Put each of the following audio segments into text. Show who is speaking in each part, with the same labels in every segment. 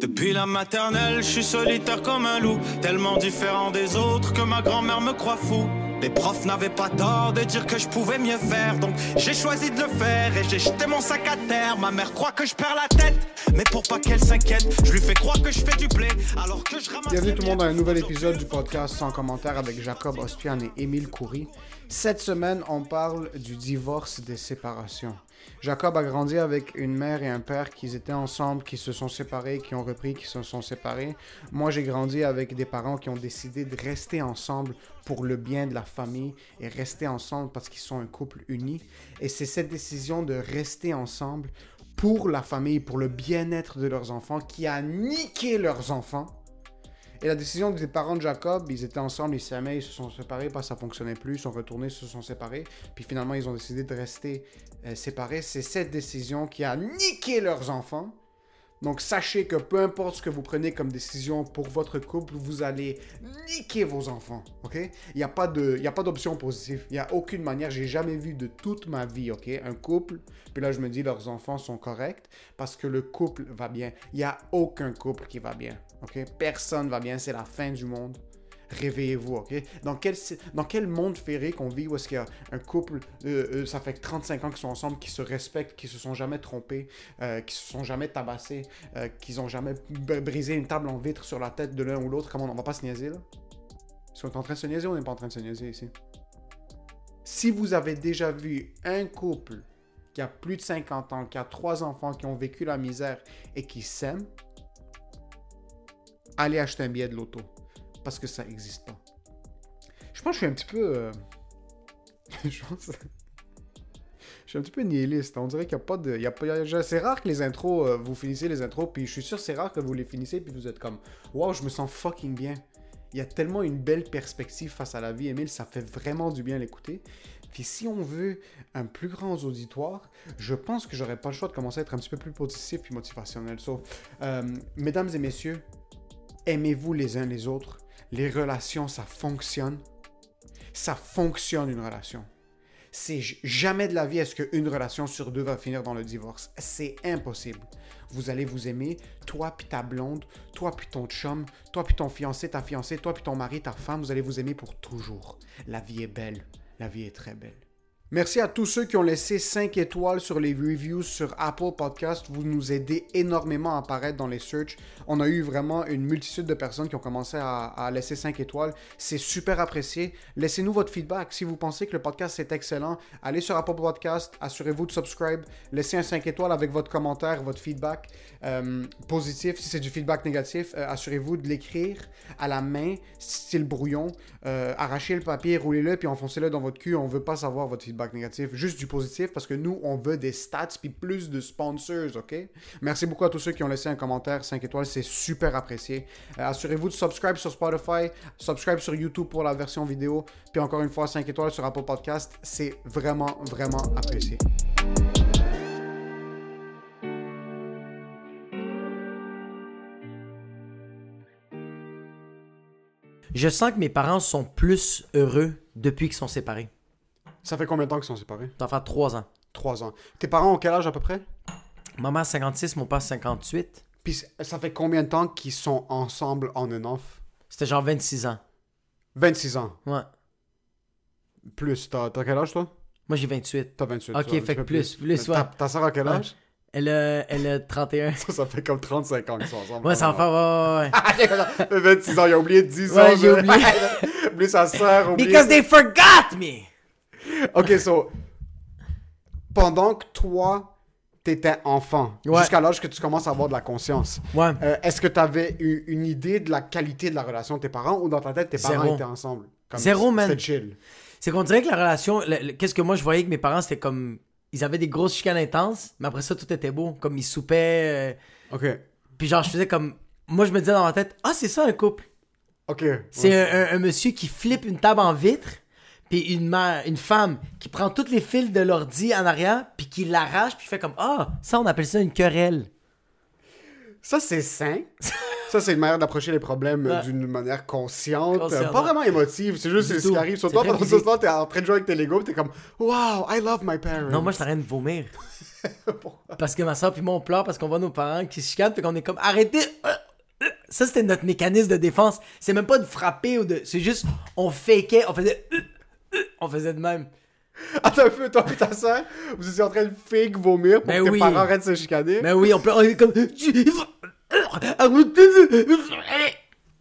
Speaker 1: Depuis la maternelle, je suis solitaire comme un loup, tellement différent des autres que ma grand-mère me croit fou. Les profs n'avaient pas tort de dire que je pouvais mieux faire, donc j'ai choisi de le faire et j'ai jeté mon sac à terre. Ma mère croit que je perds la tête, mais pour pas qu'elle s'inquiète, je lui fais croire que je fais du blé alors que je ramasse.
Speaker 2: Bienvenue tout le monde à
Speaker 1: à
Speaker 2: un nouvel épisode du podcast Sans commentaire avec Jacob Ospian et Émile Coury. Cette semaine, on parle du divorce et des séparations. Jacob a grandi avec une mère et un père qui étaient ensemble, qui se sont séparés, qui ont repris, qui se sont séparés. Moi, j'ai grandi avec des parents qui ont décidé de rester ensemble pour le bien de la famille et rester ensemble parce qu'ils sont un couple uni. Et c'est cette décision de rester ensemble pour la famille, pour le bien-être de leurs enfants, qui a niqué leurs enfants. Et la décision des parents de Jacob, ils étaient ensemble, ils s'aimaient, ils se sont séparés, parce que ça fonctionnait plus, ils sont retournés, ils se sont séparés, puis finalement ils ont décidé de rester euh, séparés. C'est cette décision qui a niqué leurs enfants. Donc sachez que peu importe ce que vous prenez comme décision pour votre couple, vous allez niquer vos enfants, ok Il n'y a pas de- y a pas d'option positive, il n'y a aucune manière, j'ai jamais vu de toute ma vie, ok Un couple, puis là je me dis leurs enfants sont corrects parce que le couple va bien. Il n'y a aucun couple qui va bien, ok Personne va bien, c'est la fin du monde. Réveillez-vous, ok? Dans quel, si- dans quel monde féerique on vit où est-ce qu'il y a un couple, euh, euh, ça fait 35 ans qu'ils sont ensemble, qui se respectent, qui se sont jamais trompés, euh, qui se sont jamais tabassés, euh, qu'ils ont jamais b- brisé une table en vitre sur la tête de l'un ou l'autre? Comment on, on va pas se niaiser là? Est-ce qu'on est en train de se niaiser ou on n'est pas en train de se niaiser ici? Si vous avez déjà vu un couple qui a plus de 50 ans, qui a trois enfants, qui ont vécu la misère et qui s'aiment, allez acheter un billet de loto. Parce que ça n'existe pas. Je pense que je suis un petit peu. euh, je pense. Je suis un petit peu nihiliste. On dirait qu'il n'y a pas de. il y a pas- il y a- C'est rare que les intros, euh, vous finissez les intros, puis je suis sûr que c'est rare que vous les finissez, puis vous êtes comme Waouh, je me sens fucking bien. Il y a tellement une belle perspective face à la vie, Emile, ça fait vraiment du bien à l'écouter. Puis si on veut un plus grand auditoire, je pense que j'aurais pas le choix de commencer à être un petit peu plus positif puis motivationnel. So, euh, mesdames et messieurs, aimez-vous les uns les autres. Les relations, ça fonctionne. Ça fonctionne une relation. C'est j- jamais de la vie est-ce qu'une relation sur deux va finir dans le divorce. C'est impossible. Vous allez vous aimer, toi puis ta blonde, toi puis ton chum, toi puis ton fiancé, ta fiancée, toi puis ton mari, ta femme, vous allez vous aimer pour toujours. La vie est belle. La vie est très belle. Merci à tous ceux qui ont laissé 5 étoiles sur les reviews sur Apple Podcast. Vous nous aidez énormément à apparaître dans les searches. On a eu vraiment une multitude de personnes qui ont commencé à, à laisser 5 étoiles. C'est super apprécié. Laissez-nous votre feedback. Si vous pensez que le podcast est excellent, allez sur Apple Podcast, assurez-vous de subscribe, laissez un 5 étoiles avec votre commentaire, votre feedback euh, positif. Si c'est du feedback négatif, euh, assurez-vous de l'écrire à la main, style brouillon. Euh, arrachez le papier, roulez-le, puis enfoncez-le dans votre cul. On veut pas savoir votre feedback négatif, juste du positif, parce que nous, on veut des stats, puis plus de sponsors, OK? Merci beaucoup à tous ceux qui ont laissé un commentaire 5 étoiles, c'est super apprécié. Euh, assurez-vous de subscribe sur Spotify, subscribe sur YouTube pour la version vidéo, puis encore une fois, 5 étoiles sur Apple Podcast, c'est vraiment, vraiment apprécié.
Speaker 3: Je sens que mes parents sont plus heureux depuis qu'ils sont séparés.
Speaker 2: Ça fait combien de temps qu'ils sont séparés?
Speaker 3: Ça fait trois ans.
Speaker 2: 3 ans. Tes parents ont quel âge à peu près?
Speaker 3: Maman 56, mon père 58.
Speaker 2: Puis ça fait combien de temps qu'ils sont ensemble en un off?
Speaker 3: C'était genre 26 ans.
Speaker 2: 26 ans.
Speaker 3: Ouais.
Speaker 2: Plus. T'as t'as quel âge toi?
Speaker 3: Moi, j'ai 28.
Speaker 2: T'as 28.
Speaker 3: Ok,
Speaker 2: tu vois, un
Speaker 3: fait
Speaker 2: petit peu
Speaker 3: que plus, plus,
Speaker 2: Mais Ta,
Speaker 3: ouais.
Speaker 2: ta soeur a quel
Speaker 3: Ouais.
Speaker 2: âge?
Speaker 3: Elle a, elle a 31.
Speaker 2: Ça fait comme 35 ans qu'ils sont ensemble.
Speaker 3: Ouais, ça
Speaker 2: fait.
Speaker 3: va, ouais, ouais.
Speaker 2: 26 ans, il a oublié 10
Speaker 3: Ouais,
Speaker 2: ans.
Speaker 3: j'ai
Speaker 2: de-
Speaker 3: oublié.
Speaker 2: oublié sa soeur, oublié.
Speaker 3: Because they forgot me!
Speaker 2: Ok, so. Pendant que toi, t'étais enfant,
Speaker 3: Ouais.
Speaker 2: jusqu'à l'âge que tu commences à avoir de la conscience,
Speaker 3: Ouais.
Speaker 2: euh, est-ce que t'avais eu une idée de la qualité de la relation de tes parents ou dans ta tête, tes parents
Speaker 3: Zéro.
Speaker 2: étaient ensemble? Comme
Speaker 3: Zéro, man.
Speaker 2: C'était chill.
Speaker 3: C'est qu'on dirait que la relation. le- le- Qu'est-ce que moi, je voyais avec mes parents, c'était comme. Ils avaient des grosses chicanes intenses, mais après ça, tout était beau. Comme ils soupaient. euh,
Speaker 2: Ok.
Speaker 3: puis genre, je faisais comme. Moi, je me disais dans ma tête, ah, c'est ça un couple.
Speaker 2: Ok.
Speaker 3: C'est
Speaker 2: Ouais.
Speaker 3: un, un- un monsieur qui flippe une table en vitre, puis une, mère- une femme qui prend toutes les fils de l'ordi en arrière, puis qui l'arrache, puis fait comme Ah, ça, on appelle ça une querelle.
Speaker 2: Ça, c'est sain. Ça, c'est une manière d'approcher les problèmes euh,
Speaker 3: Ouais.
Speaker 2: d'une manière consciente.
Speaker 3: Consciente,
Speaker 2: euh, Pas
Speaker 3: ouais.
Speaker 2: vraiment émotive, c'est juste
Speaker 3: Du
Speaker 2: c'est ce
Speaker 3: tout.
Speaker 2: qui arrive. Sur
Speaker 3: C'est
Speaker 2: toi,
Speaker 3: très
Speaker 2: pendant ce
Speaker 3: physique.
Speaker 2: temps, t'es en train de jouer avec tes Legos, t'es comme Wow, I love my parents.
Speaker 3: Non, moi, je suis en train de vomir. Parce que ma soeur puis moi, on pleure parce qu'on voit nos parents qui se chicanent, puis qu'on est comme arrêtez! euh, euh. Ça, c'était notre mécanisme de défense. C'est même pas de frapper ou de. C'est juste, on fakeait, on faisait. euh, euh, On faisait de même.
Speaker 2: Attends un peu, toi et ta soeur, vous étiez en train de fake vomir pour
Speaker 3: Ben
Speaker 2: que tes
Speaker 3: oui.
Speaker 2: parents arrêtent de se chicaner.
Speaker 3: Mais oui, on pleure, on est comme. Tu- il faut- euh, arrêtez de-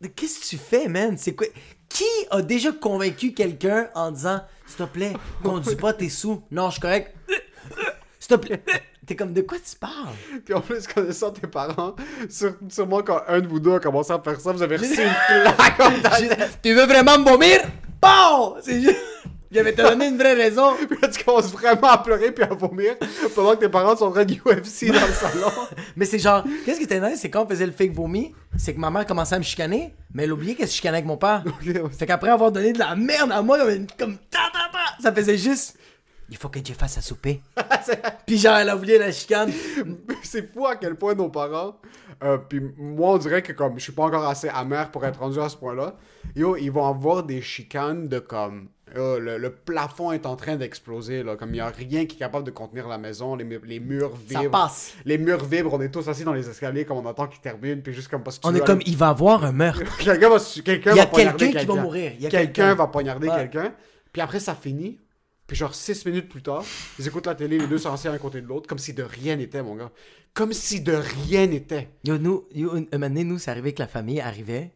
Speaker 3: Mais Qu'est-ce que tu fais, man? C'est quoi? Qui a déjà convaincu quelqu'un en disant S'il te plaît, conduis pas tes sous? Non, je suis correct. Euh, euh, S'il te plaît. Euh. T'es comme, de quoi tu parles?
Speaker 2: Puis en plus, connaissant tes parents, sur- sûrement quand un de vous deux a commencé à faire ça, vous avez reçu une claque en dedans.
Speaker 3: Je- Tu veux vraiment me vomir? Pow! C'est juste. Je vais te donner une vraie raison.
Speaker 2: Puis là, tu commences vraiment à pleurer puis à vomir pendant que tes parents sont en train de UFC dans le salon.
Speaker 3: Mais c'est genre, qu'est-ce qui était nice, c'est quand on faisait le fake vomi, c'est que ma mère commençait à me chicaner, mais elle oubliait qu'elle se chicanait avec mon père. C'est qu'après avoir donné de la merde à moi, comme, une- comme ta, ta, ta, ça faisait juste. Il faut que je fasse à souper. Puis genre, elle a oublié la chicane.
Speaker 2: C'est fou à quel point nos parents. euh, puis moi, on dirait que comme je suis pas encore assez amer pour être rendu à ce point-là, yo, ils vont avoir des chicanes de comme. euh, le, le plafond est en train d'exploser, là. Comme il n'y a rien qui est capable de contenir la maison, les, mu- les murs
Speaker 3: Ça
Speaker 2: vibrent.
Speaker 3: passe.
Speaker 2: Les murs vibrent, on est tous assis dans les escaliers comme on attend qu'ils terminent, puis juste comme parce que tu
Speaker 3: On
Speaker 2: veux
Speaker 3: est comme,
Speaker 2: aller-
Speaker 3: il va avoir un meurtre.
Speaker 2: Quelqu'un va, su- quelqu'un
Speaker 3: Il y a
Speaker 2: va poignarder
Speaker 3: quelqu'un qui va mourir, il y a
Speaker 2: Quelqu'un
Speaker 3: quelqu'un.
Speaker 2: va poignarder
Speaker 3: Ouais.
Speaker 2: quelqu'un. Puis après, ça finit. Puis genre, six minutes plus tard, ils écoutent la télé, les deux sont assis à un côté de l'autre, comme si de rien n'était, mon gars. Comme si de rien n'était.
Speaker 3: Yo, nous, yo, une, un moment donné, nous, c'est arrivé que la famille arrivait,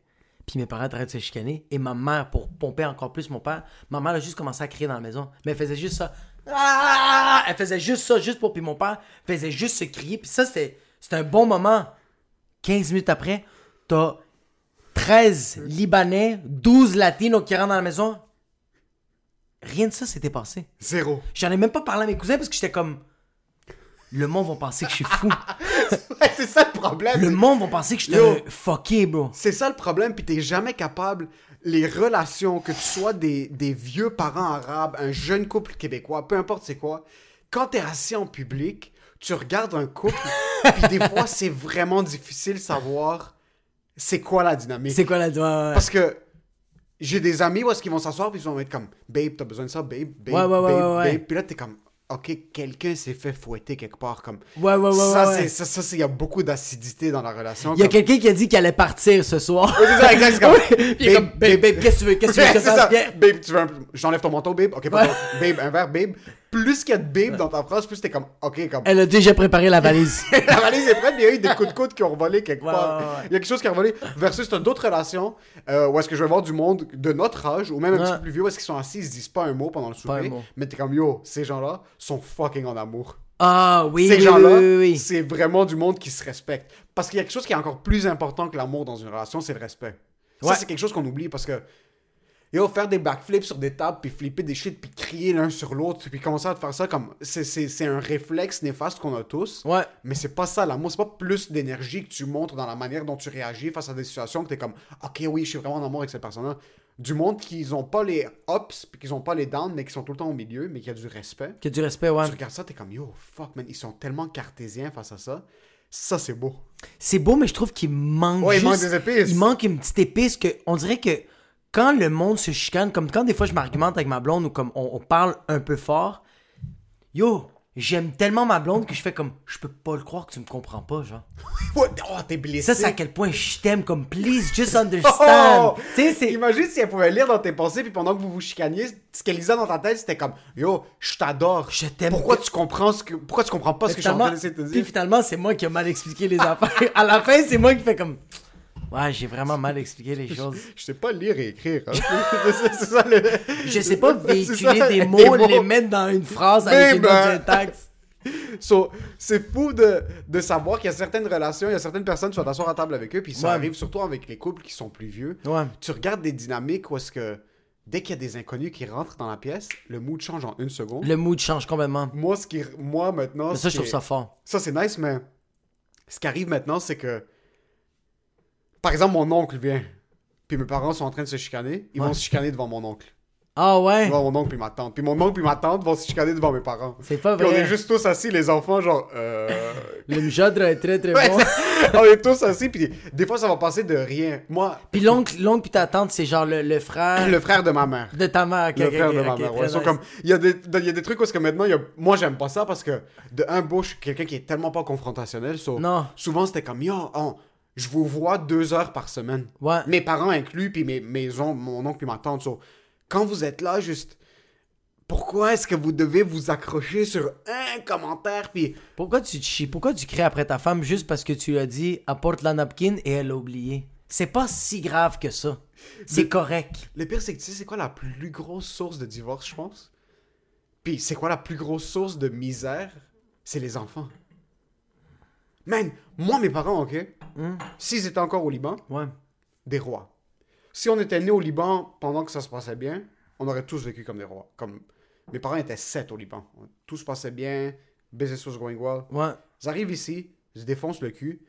Speaker 3: puis mes parents étaient en train de se chicaner, et ma mère, pour pomper encore plus mon père, ma mère a juste commencé à crier dans la maison. Mais elle faisait juste ça. Ah! Elle faisait juste ça, juste pour. Puis mon père faisait juste se crier, puis ça, c'était c'était un bon moment. 15 minutes après, t'as 13 Libanais, 12 Latinos qui rentrent dans la maison. Rien de ça s'était passé.
Speaker 2: Zéro.
Speaker 3: J'en ai même pas parlé à mes cousins parce que j'étais comme. Le monde va penser que je suis fou.
Speaker 2: Ouais, c'est ça le problème.
Speaker 3: Le
Speaker 2: c'est-
Speaker 3: monde va penser que je suis
Speaker 2: Yo.
Speaker 3: un fucké, bro.
Speaker 2: C'est ça le problème, puis t'es jamais capable. Les relations, que tu sois des, des vieux parents arabes, un jeune couple québécois, peu importe c'est quoi, quand t'es assis en public, tu regardes un couple, puis des fois c'est vraiment difficile de savoir c'est quoi la dynamique.
Speaker 3: C'est quoi la doigt?
Speaker 2: Parce que j'ai des amis où est-ce qu'ils vont s'asseoir puis ils vont être comme Babe, t'as besoin de ça, babe, babe,
Speaker 3: Ouais, ouais, ouais,
Speaker 2: babe,
Speaker 3: ouais, ouais.
Speaker 2: babe. Puis là, t'es comme Ok, quelqu'un s'est fait fouetter quelque part. Comme
Speaker 3: Ouais, ouais, ouais,
Speaker 2: ça,
Speaker 3: ouais,
Speaker 2: c'est
Speaker 3: ouais.
Speaker 2: ça, ça, c'est- il y a beaucoup d'acidité dans la relation.
Speaker 3: Il y a
Speaker 2: comme-
Speaker 3: quelqu'un qui a dit qu'elle allait partir ce soir.
Speaker 2: Oui, c'est ça, exact, c'est comme-
Speaker 3: Puis il est comme, babe, babe, qu'est-ce que tu veux? Qu'est-ce que tu veux
Speaker 2: Ouais,
Speaker 3: que je
Speaker 2: c'est
Speaker 3: te fasse?
Speaker 2: ça.
Speaker 3: Viens.
Speaker 2: Babe, tu veux un... J'enlève ton manteau, babe. Ok, pardon. babe, un verre, babe. Plus qu'il y a de babe dans ta phrase, plus t'es comme, ok, comme.
Speaker 3: Elle a déjà préparé la valise.
Speaker 2: la valise est prête, mais il y a eu des coups de coude qui ont volé quelque
Speaker 3: Ouais,
Speaker 2: part.
Speaker 3: ouais, ouais.
Speaker 2: Il y a quelque chose qui a volé. Versus t'as d'autres relations euh, où est-ce que je vais voir du monde de notre âge ou même un
Speaker 3: Ouais.
Speaker 2: petit peu plus vieux où est-ce qu'ils sont assis, ils se disent pas un mot pendant le
Speaker 3: Pas un
Speaker 2: souper.
Speaker 3: mot.
Speaker 2: Mais t'es comme yo, ces gens-là sont fucking en amour.
Speaker 3: Ah oui,
Speaker 2: Ces
Speaker 3: oui,
Speaker 2: gens-là,
Speaker 3: oui, oui, oui.
Speaker 2: c'est vraiment du monde qui se respecte. Parce qu'il y a quelque chose qui est encore plus important que l'amour dans une relation, c'est le respect. Ça,
Speaker 3: Ouais.
Speaker 2: c'est quelque chose qu'on oublie parce que. Yo, faire des backflips sur des tables, puis flipper des shit, puis crier l'un sur l'autre, puis commencer à te faire ça comme. c'est- C'est c'est un réflexe néfaste qu'on a tous.
Speaker 3: Ouais.
Speaker 2: Mais c'est pas ça l'amour, c'est pas plus d'énergie que tu montres dans la manière dont tu réagis face à des situations que t'es comme OK oui, je suis vraiment en amour avec cette personne-là. Du monde qu'ils ont pas les ups puis qu'ils ont pas les downs mais qui sont tout le temps au milieu mais qu'il y a du respect.
Speaker 3: Que du respect, ouais.
Speaker 2: Tu regardes ça, t'es comme yo fuck man, ils sont tellement cartésiens face à ça. Ça c'est beau.
Speaker 3: C'est beau, mais je trouve qu'il manque
Speaker 2: Ouais, il
Speaker 3: juste-
Speaker 2: manque des épices.
Speaker 3: Il manque une petite épice que... On dirait que quand le monde se chicane, comme quand des fois je m'argumente avec ma blonde ou comme on, on parle un peu fort, yo, j'aime tellement ma blonde que je fais comme, je peux pas le croire que tu me comprends pas, genre.
Speaker 2: What? Oh t'es
Speaker 3: Et
Speaker 2: blessé.
Speaker 3: ça, c'est à quel point je t'aime, comme please just understand.
Speaker 2: Oh!
Speaker 3: tu sais, c'est.
Speaker 2: Imagine si elle pouvait lire dans tes pensées puis pendant que vous vous chicaniez, ce qu'elle lisait dans ta tête c'était comme yo je t'adore.
Speaker 3: Je t'aime.
Speaker 2: Pourquoi tu comprends ce que pourquoi tu comprends pas ce que je suis en train d'essayer de te
Speaker 3: Puis
Speaker 2: dire?
Speaker 3: finalement, c'est moi qui ai mal expliqué les affaires. À la fin, c'est moi qui fais comme. Ouais, j'ai vraiment mal expliqué les choses.
Speaker 2: Je sais pas lire et écrire. hein. c'est c'est ça le.
Speaker 3: Je sais pas
Speaker 2: C'est ça,
Speaker 3: véhiculer des
Speaker 2: avec
Speaker 3: mots, les mettre dans une phrase avec
Speaker 2: Mais
Speaker 3: une autre
Speaker 2: ben.
Speaker 3: syntaxe.
Speaker 2: So, c'est fou de, de savoir qu'il y a certaines relations, il y a certaines personnes, tu vas t'asseoir à table avec eux, puis ça
Speaker 3: Ouais.
Speaker 2: arrive surtout avec les couples qui sont plus vieux.
Speaker 3: Ouais.
Speaker 2: Tu regardes des dynamiques où est-ce que dès qu'il y a des inconnus qui rentrent dans la pièce, le mood change en une seconde.
Speaker 3: Le mood change complètement.
Speaker 2: Moi, ce qui, moi maintenant,
Speaker 3: Mais
Speaker 2: ce
Speaker 3: ça, je trouve
Speaker 2: qui-
Speaker 3: ça fort.
Speaker 2: ça, c'est nice, mais ce qui arrive maintenant, c'est que. Par exemple, mon oncle vient, puis mes parents sont en train de se chicaner, ils
Speaker 3: Ouais.
Speaker 2: vont se chicaner devant mon oncle.
Speaker 3: Ah ouais?
Speaker 2: devant mon oncle et ma tante. Puis mon oncle et ma tante vont se chicaner devant mes parents.
Speaker 3: C'est pas
Speaker 2: Puis on est
Speaker 3: vrai.
Speaker 2: juste tous assis, les enfants, genre... Euh...
Speaker 3: Le mjadra est très très bon.
Speaker 2: on est tous assis, puis des fois, ça va passer de rien. Moi,
Speaker 3: Puis l'oncle, l'oncle puis ta tante, c'est genre le, le frère
Speaker 2: le frère de ma mère.
Speaker 3: de ta mère. ok,
Speaker 2: le
Speaker 3: ok,
Speaker 2: frère de
Speaker 3: ok,
Speaker 2: ma
Speaker 3: ok,
Speaker 2: mère, ouais.
Speaker 3: très
Speaker 2: Ils sont
Speaker 3: nice.
Speaker 2: comme- Il y, a des- il y a des trucs où est-ce que maintenant, il y a- moi, j'aime pas ça parce que, de un, beau, je suis quelqu'un qui est tellement pas confrontationnel. so-
Speaker 3: Non.
Speaker 2: Souvent, c'était comme, yo, on- je vous vois deux heures par semaine.
Speaker 3: Ouais.
Speaker 2: Mes parents inclus, puis mes, mes oncles, mon oncle, puis ma tante. so, quand vous êtes là, juste, pourquoi est-ce que vous devez vous accrocher sur un commentaire, puis
Speaker 3: Pourquoi tu te chies? Pourquoi tu cries après ta femme juste parce que tu lui as dit apporte la napkin et elle a oublié? C'est pas si grave que ça. C'est
Speaker 2: Mais-
Speaker 3: correct.
Speaker 2: Le pire, c'est que tu sais, c'est quoi la plus grosse source de divorce, je pense? Puis c'est quoi la plus grosse source de misère? C'est les enfants. Man, moi, mes parents, ok? S'ils étaient encore au Liban,
Speaker 3: Ouais.
Speaker 2: des rois. Si on était nés au Liban pendant que ça se passait bien, on aurait tous vécu comme des rois. Comme... Mes parents étaient sept au Liban. Tout se passait bien, business was going well.
Speaker 3: Ouais.
Speaker 2: J'arrive ici, je défonce le cul.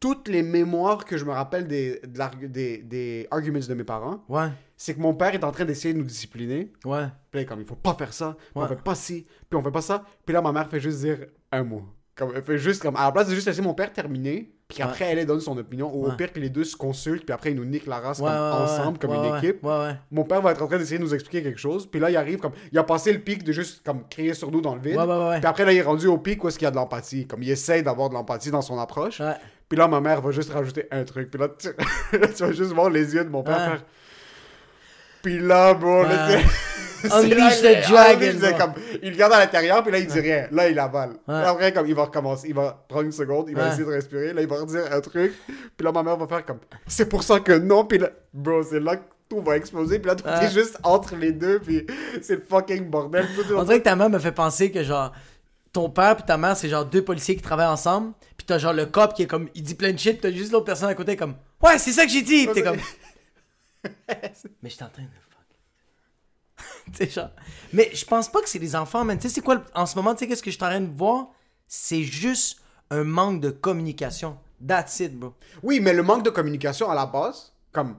Speaker 2: Toutes les mémoires que je me rappelle des, de l'argu- des, des arguments de mes parents,
Speaker 3: Ouais.
Speaker 2: c'est que mon père est en train d'essayer de nous discipliner.
Speaker 3: Ouais.
Speaker 2: Puis là, comme il faut pas faire ça, puis on
Speaker 3: Ouais.
Speaker 2: fait pas ci, puis on fait pas ça. Puis là, ma mère fait juste dire un mot. Comme, elle fait juste comme, à la place de juste laisser mon père terminer, puis après, elle elle donne son opinion. Ou au
Speaker 3: Ouais.
Speaker 2: pire, que les deux se consultent, puis après, ils nous niquent la race
Speaker 3: Ouais,
Speaker 2: comme
Speaker 3: ouais, ouais,
Speaker 2: ensemble, comme
Speaker 3: ouais,
Speaker 2: une
Speaker 3: ouais,
Speaker 2: équipe.
Speaker 3: Ouais, ouais.
Speaker 2: Mon père va être en train d'essayer de nous expliquer quelque chose, puis là, il arrive comme, il a passé le pic de juste comme crier sur nous dans le vide.
Speaker 3: Ouais, ouais, ouais, ouais.
Speaker 2: Puis après, là, il est rendu au pic où est-ce qu'il y a de l'empathie. Comme, il essaye d'avoir de l'empathie dans son approche.
Speaker 3: Ouais.
Speaker 2: Puis là, ma mère va juste rajouter un truc. Puis là, tu, là, tu vas juste voir les yeux de mon père
Speaker 3: Ouais.
Speaker 2: faire. Puis là, bon, là,
Speaker 3: Ouais.
Speaker 2: tu- c'est là,
Speaker 3: Unleash the
Speaker 2: il est-
Speaker 3: dragon,
Speaker 2: Unleash the-
Speaker 3: bon.
Speaker 2: comme, il regarde à l'intérieur, puis là, il dit rien. Là, il avale.
Speaker 3: Ouais.
Speaker 2: Puis Après, comme, il va recommencer. Il va prendre une seconde, il va
Speaker 3: Ouais.
Speaker 2: essayer de respirer. Là, il va redire un truc. Puis là, ma mère va faire comme, c'est pour ça que non. Puis là, bro, c'est là que tout va exploser. Puis là, tout
Speaker 3: Ouais.
Speaker 2: est juste entre les deux. Puis c'est le fucking bordel. Tout est en
Speaker 3: On dirait que ta mère me fait penser que genre ton père puis ta mère c'est genre deux policiers qui travaillent ensemble puis t'as genre le cop qui est comme il dit plein de shit t'as juste l'autre personne à côté comme ouais c'est ça que j'ai dit Puis t'es comme mais je t'entends fuck t'sais genre mais je pense pas que c'est les enfants man tu sais c'est quoi le- en ce moment tu sais qu'est-ce que je suis en train de voir c'est juste un manque de communication that's it bro
Speaker 2: Oui, mais le manque de communication à la base, comme,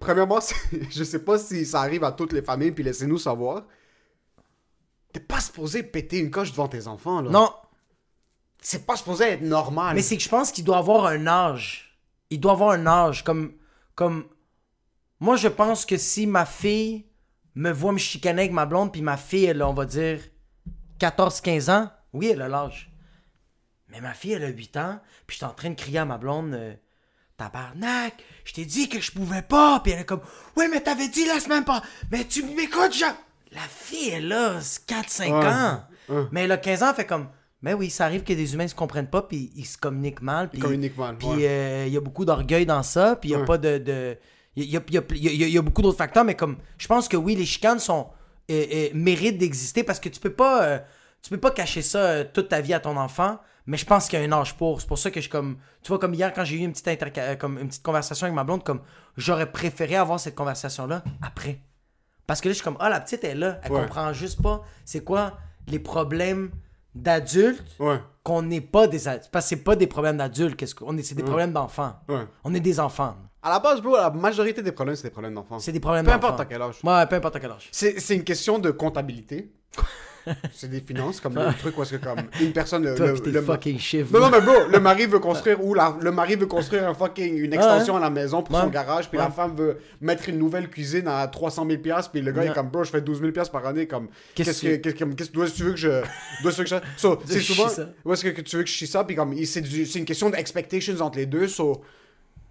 Speaker 2: premièrement, c'est- je sais pas si ça arrive à toutes les familles, puis laissez-nous savoir. T'es pas supposé péter une coche devant tes enfants, là.
Speaker 3: non
Speaker 2: C'est pas supposé être normal.
Speaker 3: Mais c'est que je pense qu'il doit avoir un âge. Il doit avoir un âge. Comme, comme. Moi, je pense que si ma fille me voit me chicaner avec ma blonde, puis ma fille, elle a, on va dire, 14-15 ans, oui, elle a l'âge. Mais ma fille, elle a 8 ans, puis je suis en train de crier à ma blonde. euh, Tabarnak, je t'ai dit que je pouvais pas. Puis elle est comme, ouais, mais t'avais dit la semaine pas. Mais tu m'écoutes, Jean. La fille, elle a 4-5
Speaker 2: Ouais.
Speaker 3: ans. Mais elle a 15 ans, elle fait comme, mais oui, ça arrive que des humains se comprennent pas, puis ils se communiquent mal. Puis,
Speaker 2: communiquent mal,
Speaker 3: Puis
Speaker 2: ouais.
Speaker 3: euh, il y a beaucoup d'orgueil dans ça, puis il y a
Speaker 2: Ouais.
Speaker 3: pas de. de- Il y a, il y a- il y a- il y a- il y a beaucoup d'autres facteurs, mais comme, je pense que oui, les chicanes sont, euh, euh, méritent d'exister parce que tu peux pas. euh, tu peux pas cacher ça euh, toute ta vie à ton enfant, mais je pense qu'il y a un âge pour. C'est pour ça que je comme tu vois comme hier quand j'ai eu une petite interca- euh, comme une petite conversation avec ma blonde comme j'aurais préféré avoir cette conversation là après. Parce que là je suis comme ah la petite elle est là, elle
Speaker 2: Ouais.
Speaker 3: comprend juste pas c'est quoi les problèmes d'adultes
Speaker 2: Ouais,
Speaker 3: qu'on n'est pas des adultes parce que c'est pas des problèmes d'adultes qu'est-ce qu'on est c'est des problèmes d'enfants.
Speaker 2: ouais.
Speaker 3: On est des enfants.
Speaker 2: À la base, bro, la majorité des problèmes, c'est des problèmes d'enfants.
Speaker 3: C'est des problèmes
Speaker 2: Peu
Speaker 3: d'enfants.
Speaker 2: importe à quel âge.
Speaker 3: Ouais, peu importe à quel âge.
Speaker 2: C'est c'est une question de comptabilité. c'est des finances, comme le truc où est-ce que, comme, une personne... le-
Speaker 3: Toi
Speaker 2: le-
Speaker 3: pis tes
Speaker 2: le-
Speaker 3: fucking chiffres.
Speaker 2: Non, non, mais bro, le mari veut construire ou la- le mari veut construire un fucking, une extension à la maison pour son
Speaker 3: Ouais.
Speaker 2: garage, puis
Speaker 3: Ouais.
Speaker 2: la femme veut mettre une nouvelle cuisine à 300 000 pièces, puis le gars est comme bro, je fais 12 000 pièces par année, comme qu'est-ce
Speaker 3: Qu'est-ce
Speaker 2: que, qu'est-ce que, qu'est-ce- d'où est-ce que tu veux que je, d'où est-ce que je, so, c'est
Speaker 3: je chie
Speaker 2: souvent,
Speaker 3: ça.
Speaker 2: où est-ce que, que tu veux que je chie ça, puis comme il- c'est du- c'est une question d'expectations entre les deux, so,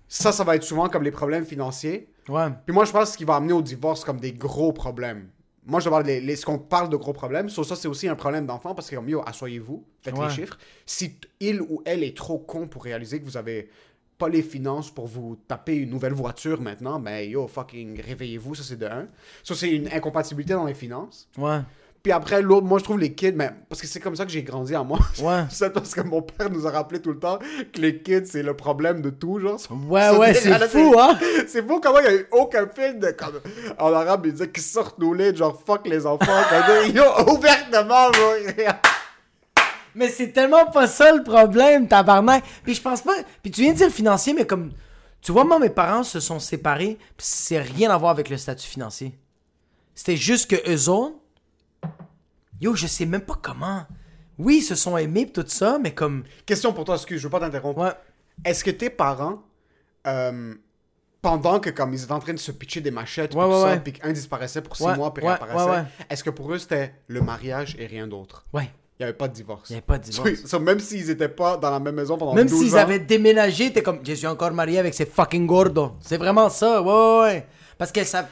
Speaker 2: ça, ça va être souvent comme les problèmes financiers.
Speaker 3: Ouais.
Speaker 2: Puis moi, je pense que ce qui va amener au divorce comme des gros problèmes. Moi, je te parle des- les- ce qu'on parle de gros problèmes. Sauf ça, c'est aussi un problème d'enfant parce que, comme, yo, asseyez-vous, faites
Speaker 3: Ouais.
Speaker 2: les chiffres. Si t- il ou elle est trop con pour réaliser que vous avez pas les finances pour vous taper une nouvelle voiture maintenant, ben yo, fucking, réveillez-vous, ça c'est de un. Ça, c'est une incompatibilité dans les finances.
Speaker 3: Ouais.
Speaker 2: Puis après, l'autre, moi, je trouve les kids, mais parce que c'est comme ça que j'ai grandi en moi.
Speaker 3: Ouais.
Speaker 2: C'est parce que mon père nous a rappelé tout le temps que les kids, c'est le problème de tout, genre.
Speaker 3: Ouais, ouais, c'est fou, hein?
Speaker 2: ah, C'est fou comment il n'y a eu aucun film de, comme, en arabe, il disait qu'ils sortent nos lettres, genre fuck les enfants. Ben, Comme, Ils ont ouvertement, bro.
Speaker 3: Mais c'est tellement pas ça le problème, tabarnak. Puis je pense pas. Puis tu viens de dire financier, mais comme. Tu vois, moi, mes parents se sont séparés, puis c'est rien à voir avec le statut financier. C'était juste que eux autres. Yo, je sais même pas comment. oui, ils se sont aimés, pis tout ça, mais comme.
Speaker 2: Question pour toi, excuse, je veux pas t'interrompre.
Speaker 3: Ouais.
Speaker 2: Est-ce que tes parents, euh, pendant que comme ils étaient en train de se pitcher des machettes,
Speaker 3: Ouais,
Speaker 2: puis tout
Speaker 3: ouais,
Speaker 2: ça,
Speaker 3: ouais.
Speaker 2: puis qu'un disparaissait pour six
Speaker 3: Ouais,
Speaker 2: mois, puis
Speaker 3: ouais,
Speaker 2: réapparaissait,
Speaker 3: ouais, ouais.
Speaker 2: est-ce que pour eux c'était le mariage et rien d'autre
Speaker 3: Ouais,
Speaker 2: Il n'y avait pas de divorce.
Speaker 3: il n'y avait pas de divorce.
Speaker 2: Oui, ça, même s'ils étaient pas dans la même maison pendant
Speaker 3: Même
Speaker 2: 12
Speaker 3: s'ils
Speaker 2: ans,
Speaker 3: avaient déménagé, t'es comme, je suis encore marié avec ces fucking gordos. C'est vraiment ça, ouais, ouais, ouais. Parce que ça.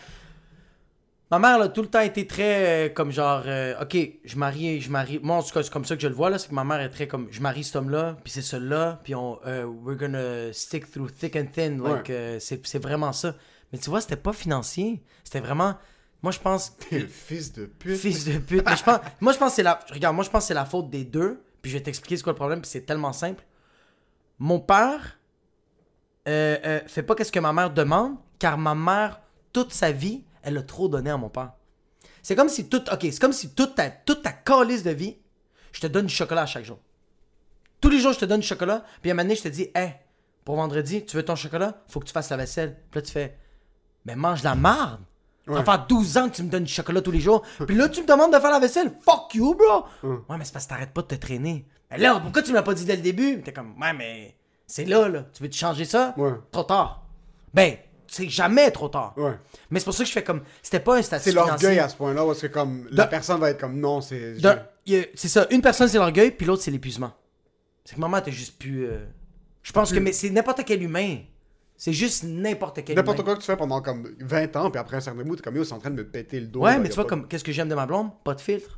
Speaker 3: Ma mère, elle a tout le temps été très, euh, comme genre, euh, ok, je marie, je marie. Moi, en tout cas, c'est comme ça que je le vois, là, c'est que ma mère est très comme, je marie cet homme-là, puis c'est celui-là, puis on, euh, we're gonna stick through thick and thin. Like,
Speaker 2: Ouais.
Speaker 3: euh, c'est c'est vraiment ça. Mais tu vois, c'était pas financier. C'était vraiment. Moi, je pense.
Speaker 2: Quel fils de pute.
Speaker 3: Fils de pute. Mais je pense, moi, je pense que c'est la. Regarde, moi, je pense que c'est la faute des deux. Puis je vais t'expliquer c'est quoi le problème. Puis c'est tellement simple. Mon père euh, euh, fait pas qu'est-ce que ma mère demande, car ma mère, toute sa vie, elle a trop donné à mon père. C'est comme si toute, ok, c'est comme si toute ta, toute ta calice de vie, je te donne du chocolat à chaque jour. Tous les jours, je te donne du chocolat, puis à un moment donné, je te dis, hé, pour vendredi, tu veux ton chocolat, faut que tu fasses la vaisselle. Puis là, tu fais, mais mange de la marde. Ça va
Speaker 2: Ouais.
Speaker 3: faire 12 ans que tu me donnes du chocolat tous les jours, puis là, tu me demandes de faire la vaisselle. Fuck you, bro. Ouais, mais c'est parce que t'arrêtes pas de te traîner. Mais là, pourquoi tu me l'as pas dit dès le début? T'es comme, ouais, mais c'est là, là. Tu veux te changer ça?
Speaker 2: Ouais.
Speaker 3: Trop tard. Ben, c'est jamais trop tard.
Speaker 2: Ouais.
Speaker 3: Mais c'est pour ça que je fais comme, c'était pas un statut
Speaker 2: C'est l'orgueil
Speaker 3: financier.
Speaker 2: à ce point-là, parce que comme la
Speaker 3: De-
Speaker 2: personne va être comme non, c'est.
Speaker 3: D'un- il y a- C'est ça, une personne c'est l'orgueil, puis l'autre c'est l'épuisement. C'est que maman t'as juste pu. euh, Je pense que mais c'est n'importe quel humain. C'est juste n'importe quel
Speaker 2: N'importe
Speaker 3: humain.
Speaker 2: quoi que tu fais pendant comme 20 ans, puis après un certain bout, t'es comme yo, c'est en train de me péter le dos.
Speaker 3: Ouais,
Speaker 2: là, y
Speaker 3: mais
Speaker 2: a
Speaker 3: tu vois,
Speaker 2: pas-
Speaker 3: comme, qu'est-ce que j'aime de ma blonde Pas de filtre.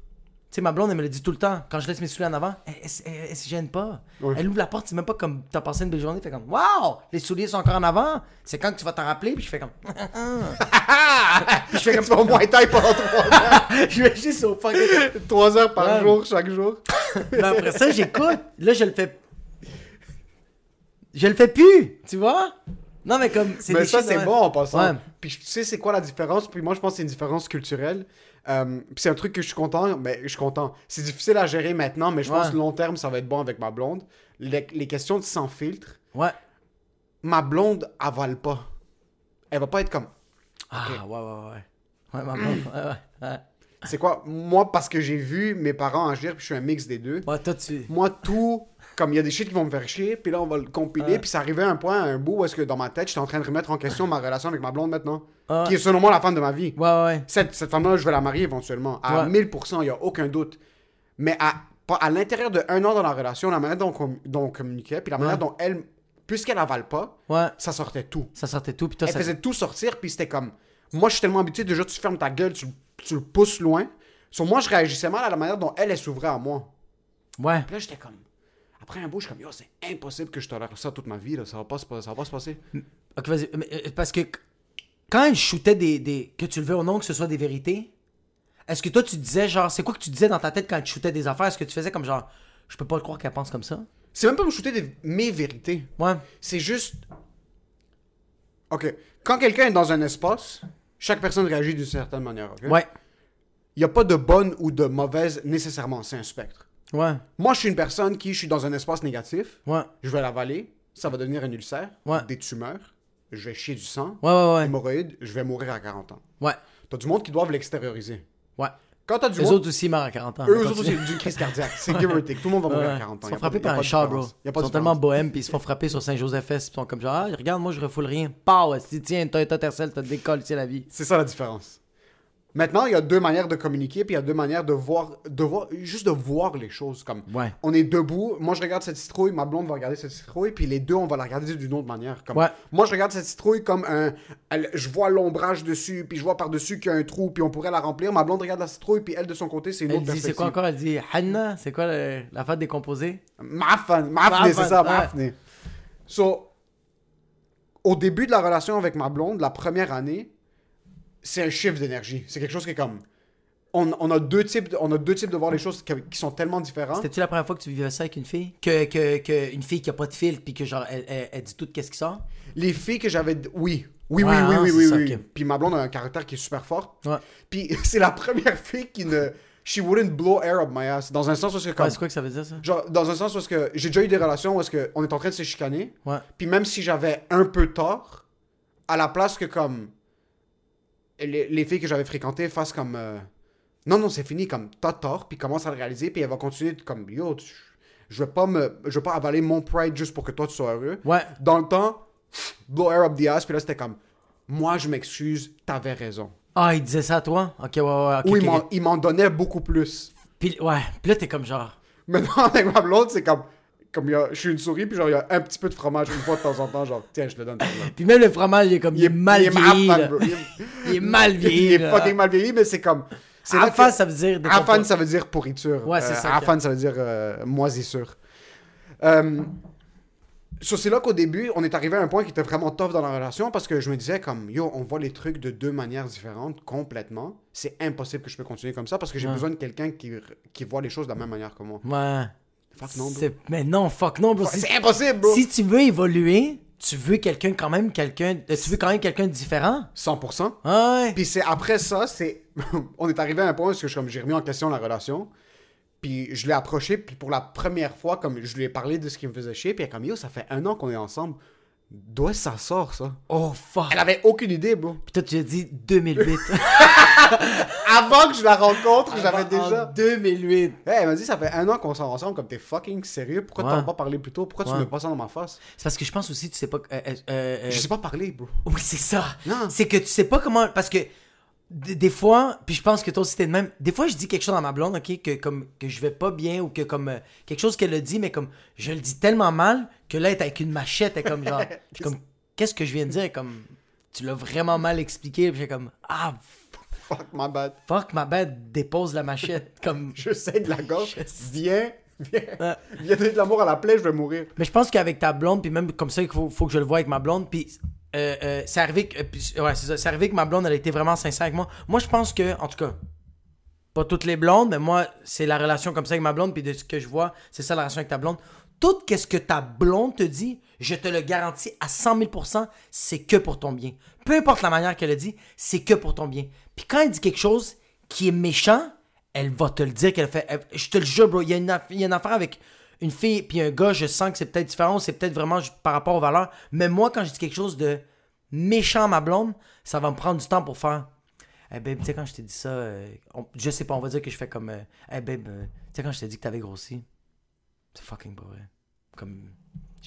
Speaker 3: Tu sais, ma blonde, elle me le dit tout le temps. Quand je laisse mes souliers en avant, elle, elle, elle- elle se gêne pas.
Speaker 2: Ouais.
Speaker 3: Elle ouvre la porte, c'est même pas comme t'as passé une belle journée. Fait comme, waouh, les souliers sont encore en avant. C'est quand que tu vas t'en rappeler, puis je fais comme,
Speaker 2: Je fais comme ça au moins taille pendant 3 heures,
Speaker 3: je vais juste au fucking.
Speaker 2: trois heures par
Speaker 3: Ouais.
Speaker 2: jour, chaque jour.
Speaker 3: Mais après ça, j'écoute. Là, je le fais. Je le fais plus, tu vois? Non, mais comme. c'est
Speaker 2: Mais
Speaker 3: des
Speaker 2: ça,
Speaker 3: choses,
Speaker 2: c'est
Speaker 3: ouais.
Speaker 2: bon en passant.
Speaker 3: Ouais.
Speaker 2: Puis je- tu sais, c'est quoi la différence? Puis moi, je pense que c'est une différence culturelle. Euh, puis c'est un truc que je suis content, mais je suis content. C'est difficile à gérer maintenant, mais je pense
Speaker 3: Ouais.
Speaker 2: que long terme, ça va être bon avec ma blonde. Les, les questions de sans filtre,
Speaker 3: Ouais.
Speaker 2: ma blonde avale pas. Elle va pas être comme.
Speaker 3: Ah, ouais, ouais, ouais. Mm. Ouais, maman. ouais, ouais, ouais.
Speaker 2: C'est quoi? Moi, parce que j'ai vu mes parents agir, puis je suis un mix des deux.
Speaker 3: Ouais, toi, tu.
Speaker 2: Moi, tout, comme il y a des shit qui vont me faire chier, puis là, on va le compiler,
Speaker 3: Ouais.
Speaker 2: puis ça arrivait à un point, à un bout, où est-ce que dans ma tête, j'étais en train de remettre en question ma relation avec ma blonde maintenant,
Speaker 3: Ouais.
Speaker 2: qui est selon moi la femme de ma vie.
Speaker 3: Ah. Ouais, ouais, ouais.
Speaker 2: Cette, cette femme-là, je vais la marier éventuellement, à
Speaker 3: Ouais.
Speaker 2: 1000%, il n'y a aucun doute. Mais à, pas- à l'intérieur de un an dans la relation, la manière dont, on- dont on communiquait, puis la manière
Speaker 3: Ouais.
Speaker 2: dont elle, puisqu'elle avale pas,
Speaker 3: Ouais.
Speaker 2: ça sortait tout.
Speaker 3: Ça sortait tout, puis toi,
Speaker 2: Elle
Speaker 3: ça.
Speaker 2: faisait tout sortir, puis c'était comme. Moi, je suis tellement habitué, déjà, tu fermes ta gueule, tu, tu le pousses loin. Sur moi, je réagissais mal à la manière dont elle, elle s'ouvrait à moi.
Speaker 3: Ouais.
Speaker 2: Puis là, j'étais comme. Après un bout, je suis comme, yo, c'est impossible que je tolère ça toute ma vie, là. Ça va pas se, pas- ça va pas se passer.
Speaker 3: Ok, vas-y. Mais, euh, Parce que quand elle shootait des, des. Que tu le veux ou non, que ce soit des vérités, est-ce que toi, tu disais, genre, c'est quoi que tu disais dans ta tête quand tu shootais des affaires? Est-ce que tu faisais comme genre, je peux pas le croire qu'elle pense comme ça?
Speaker 2: C'est même pas me shooter des, mes vérités.
Speaker 3: Ouais.
Speaker 2: C'est juste. Ok. Quand quelqu'un est dans un espace, chaque personne réagit d'une certaine manière, ok?
Speaker 3: Ouais.
Speaker 2: Il n'y a pas de bonne ou de mauvaise nécessairement, c'est un spectre.
Speaker 3: Ouais.
Speaker 2: Moi, je suis une personne qui, je suis dans un espace négatif,
Speaker 3: Ouais.
Speaker 2: je vais l'avaler, ça va devenir un ulcère,
Speaker 3: Ouais.
Speaker 2: des tumeurs, je vais chier du sang,
Speaker 3: Ouais, ouais, ouais.
Speaker 2: hémorroïdes, je vais mourir à 40 ans.
Speaker 3: Ouais.
Speaker 2: T'as du monde qui doivent l'extérioriser.
Speaker 3: Ouais.
Speaker 2: Quand t'as du
Speaker 3: Les
Speaker 2: monde.
Speaker 3: autres aussi meurent à 40 ans. Ah, mais
Speaker 2: Eux, eux autres,
Speaker 3: continue.
Speaker 2: c'est d'une crise cardiaque. C'est give or take. Tout le monde va mourir à 40 ans.
Speaker 3: Ils
Speaker 2: Y
Speaker 3: sont
Speaker 2: a
Speaker 3: frappés
Speaker 2: pas- y a
Speaker 3: par
Speaker 2: pas
Speaker 3: un
Speaker 2: de
Speaker 3: char, bro.
Speaker 2: différence. Y a
Speaker 3: Ils
Speaker 2: pas de
Speaker 3: sont tellement
Speaker 2: différence.
Speaker 3: bohèmes, puis ils se font frapper sur Saint-Joseph-S, puis ils sont comme genre, ah, regarde, moi, je refoule rien. Pow, si tiens, Toyota Tercel, t'as décolle, c'est la vie.
Speaker 2: C'est ça la différence. Maintenant, il y a deux manières de communiquer, puis il y a deux manières de voir, de voir, juste de voir les choses. Comme
Speaker 3: Ouais.
Speaker 2: on est debout, moi je regarde cette citrouille, ma blonde va regarder cette citrouille, puis les deux on va la regarder d'une autre manière. Comme
Speaker 3: Ouais.
Speaker 2: moi je regarde cette citrouille comme un, elle- je vois l'ombrage dessus, puis je vois par dessus qu'il y a un trou, puis on pourrait la remplir. Ma blonde regarde la citrouille, puis elle de son côté c'est une
Speaker 3: Elle
Speaker 2: autre
Speaker 3: dit, c'est
Speaker 2: perspective.
Speaker 3: quoi encore Elle dit, Hanna, c'est quoi le- la fête des composés
Speaker 2: Mafan, mafné,
Speaker 3: Mafan,
Speaker 2: c'est ça,
Speaker 3: ouais.
Speaker 2: mafné. So, au début de la relation avec ma blonde, la première année, c'est un chiffre d'énergie. C'est quelque chose qui est comme. On, on a deux types de, on a deux types de voir les choses qui, qui sont tellement différents.
Speaker 3: C'était-tu la première fois que tu vivais ça avec une fille que, que, que Une fille qui a pas de fil, puis que genre, elle, elle- elle dit tout qu'est-ce qui sort
Speaker 2: Les filles que j'avais. Oui. Oui, oui,
Speaker 3: Ouais,
Speaker 2: oui,
Speaker 3: hein,
Speaker 2: oui,
Speaker 3: c'est
Speaker 2: oui,
Speaker 3: ça,
Speaker 2: oui.
Speaker 3: ok.
Speaker 2: Puis ma blonde a un caractère qui est super fort.
Speaker 3: Ouais.
Speaker 2: Puis c'est la première fille qui ne. She wouldn't blow air up my ass. Dans un sens où c'est comme.
Speaker 3: Ouais, c'est quoi que ça veut dire ça
Speaker 2: genre, dans un sens où est-ce que j'ai déjà eu des relations où est-ce que on est en train de se chicaner.
Speaker 3: Ouais.
Speaker 2: Puis même si j'avais un peu tort, à la place que comme les, les filles que j'avais fréquentées fassent comme euh, non, non, c'est fini, comme t'as tort, puis commence à le réaliser, puis elle va continuer de comme yo, tu- je veux pas me, je veux pas avaler mon pride juste pour que toi tu sois heureux.
Speaker 3: Ouais.
Speaker 2: Dans le temps, blow air up the ass, puis là c'était comme, moi je m'excuse, t'avais raison.
Speaker 3: Ah, il disait ça à toi? Ok, ouais, ouais, ok.
Speaker 2: Ou
Speaker 3: ok,
Speaker 2: il m'en-
Speaker 3: ok.
Speaker 2: il m'en donnait beaucoup plus.
Speaker 3: Puis, ouais, puis là, t'es comme genre.
Speaker 2: Maintenant, avec ma blonde, c'est comme, comme il y a- je suis une souris, puis genre il y a un petit peu de fromage une fois de temps en temps, genre tiens, je te donne.
Speaker 3: Puis même le fromage, il est comme. Il est mal
Speaker 2: il
Speaker 3: vieilli.
Speaker 2: half-fan,
Speaker 3: là.
Speaker 2: bro. Il est-
Speaker 3: Il est mal vieilli.
Speaker 2: Il est
Speaker 3: là.
Speaker 2: fucking mal vieilli, mais c'est comme. C'est là que-
Speaker 3: Afan, ça veut dire. des
Speaker 2: Afan,
Speaker 3: compos-
Speaker 2: ça veut dire pourriture.
Speaker 3: Ouais, c'est
Speaker 2: Euh,
Speaker 3: ça,
Speaker 2: Afan, ça veut dire euh, moisissure. Euh, so, c'est là qu'au début, on est arrivé à un point qui était vraiment tough dans la relation parce que je me disais comme, yo, on voit les trucs de deux manières différentes complètement. C'est impossible que je peux continuer comme ça parce que j'ai
Speaker 3: Ouais.
Speaker 2: besoin de quelqu'un qui, qui voit les choses de la même manière que moi.
Speaker 3: Ouais.
Speaker 2: Fuck non, bro.
Speaker 3: C'est- Mais non, fuck non, bro.
Speaker 2: Fuck,
Speaker 3: Si-
Speaker 2: C'est impossible, bro.
Speaker 3: Si tu veux évoluer, tu veux quelqu'un quand même quelqu'un. euh, Tu veux quand même quelqu'un de différent? Ah
Speaker 2: 100%.
Speaker 3: Ouais.
Speaker 2: Puis c'est après ça, c'est on est arrivé à un point où est-ce que je, comme j'ai remis en question la relation. Puis je l'ai approché, puis pour la première fois, comme je lui ai parlé de ce qui me faisait chier, puis elle est comme yo, ça fait un an qu'on est ensemble. D'où est-ce que ça sort ça
Speaker 3: Oh fuck.
Speaker 2: Elle avait aucune idée, bro.
Speaker 3: Puis toi, tu as dit 2008.
Speaker 2: Avant que je la rencontre, j'avais
Speaker 3: En
Speaker 2: déjà.
Speaker 3: 2008.
Speaker 2: Hey, elle m'a dit, ça fait un an qu'on sort ensemble, comme t'es fucking sérieux. Pourquoi
Speaker 3: Ouais.
Speaker 2: t'en as pas parlé plus tôt Pourquoi
Speaker 3: Ouais.
Speaker 2: tu me pas ça dans ma face
Speaker 3: C'est parce que je pense aussi, tu sais pas. que- euh, euh, euh, euh,
Speaker 2: Je sais pas parler, bro.
Speaker 3: Oui, c'est ça.
Speaker 2: Non.
Speaker 3: C'est que tu sais pas comment. Parce que d- des fois, puis je pense que toi aussi t'es de même. Des fois, je dis quelque chose à ma blonde, ok, que comme que je vais pas bien ou que comme euh, quelque chose qu'elle a dit, mais comme je le dis tellement mal que là, elle est avec une machette, elle est comme genre, je suis comme qu'est-ce que je viens de dire, comme tu l'as vraiment mal expliqué, puis j'ai comme ah
Speaker 2: Fuck my bad.
Speaker 3: fuck ma bête dépose la machette, comme.
Speaker 2: Je sais de la gorge.
Speaker 3: Je
Speaker 2: Viens, viens. Viens donner de l'amour à la plaie, je vais mourir.
Speaker 3: Mais je pense qu'avec ta blonde, puis même comme ça, il faut, faut que je le voie avec ma blonde. Puis euh, euh, c'est arrivé que, euh, puis- ouais, c'est ça. C'est arrivé que ma blonde, elle a été vraiment sincère avec moi. Moi, je pense que, en tout cas, pas toutes les blondes, mais moi, c'est la relation comme ça avec ma blonde, puis de ce que je vois, c'est ça la relation avec ta blonde. Tout qu'est-ce que ta blonde te dit, je te le garantis à 100 000%, c'est que pour ton bien. Peu importe la manière qu'elle le dit, c'est que pour ton bien. Puis quand elle dit quelque chose qui est méchant, elle va te le dire qu'elle fait. elle- je te le jure, bro, il y, a une aff- il y a une affaire avec une fille puis un gars, je sens que c'est peut-être différent, c'est peut-être vraiment ju- par rapport aux valeurs. Mais moi, quand je dis quelque chose de méchant à ma blonde, ça va me prendre du temps pour faire. Eh babe, tu sais, quand je t'ai dit ça, euh, on- je sais pas, on va dire que je fais comme. euh, Eh babe, euh, tu sais, quand je t'ai dit que t'avais grossi, c'est fucking pas vrai. Comme.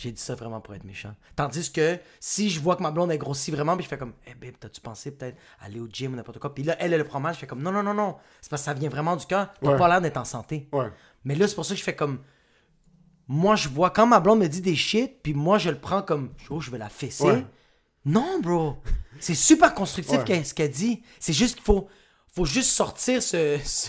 Speaker 3: J'ai dit ça vraiment pour être méchant. Tandis que si je vois que ma blonde est grossie vraiment, puis je fais comme, eh babe, t'as-tu pensé peut-être aller au gym ou n'importe quoi? Puis là, elle, elle le prend mal, je fais comme, non, non, non, non. C'est parce que ça vient vraiment du cœur. T'as
Speaker 2: Ouais.
Speaker 3: pas l'air d'être en santé.
Speaker 2: Ouais.
Speaker 3: Mais là, c'est pour ça que je fais comme. Moi, je vois quand ma blonde me dit des shit, puis moi, je le prends comme. Oh, je vais la fesser.
Speaker 2: Ouais.
Speaker 3: Non, bro. C'est super constructif
Speaker 2: Ouais.
Speaker 3: qu'elle- ce qu'elle dit. C'est juste qu'il faut, faut juste sortir ce, ce,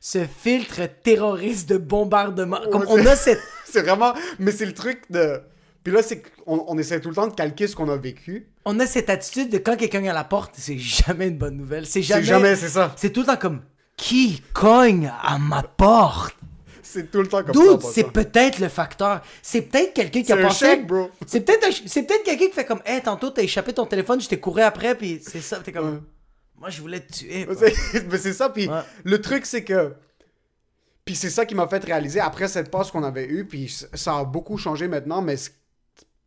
Speaker 3: ce filtre terroriste de bombardement. Comme
Speaker 2: Ouais,
Speaker 3: on
Speaker 2: c'est-
Speaker 3: a cette.
Speaker 2: c'est vraiment. Mais c'est le truc de. Puis là, c'est qu'on on essaie tout le temps de calquer ce qu'on a vécu.
Speaker 3: On a cette attitude de quand quelqu'un est à la porte, c'est jamais une bonne nouvelle. C'est
Speaker 2: C'est
Speaker 3: jamais.
Speaker 2: jamais, c'est ça.
Speaker 3: C'est tout le temps comme qui cogne à ma porte.
Speaker 2: C'est tout le temps comme ça. en
Speaker 3: Dude,
Speaker 2: passant.
Speaker 3: c'est peut-être le facteur. C'est peut-être quelqu'un qui a
Speaker 2: C'est un
Speaker 3: pensé.
Speaker 2: chèque, bro.
Speaker 3: C'est peut-être un ch- c'est peut-être quelqu'un qui fait comme, hey, tantôt t'as échappé ton téléphone, je t'ai couru après, puis c'est ça, t'es comme, moi je voulais te tuer. quoi.
Speaker 2: C'est- Mais c'est ça. Puis
Speaker 3: Ouais.
Speaker 2: le truc, c'est que. Puis c'est ça qui m'a fait réaliser après cette passe qu'on avait eue. Puis c- ça a beaucoup changé maintenant. Mais c-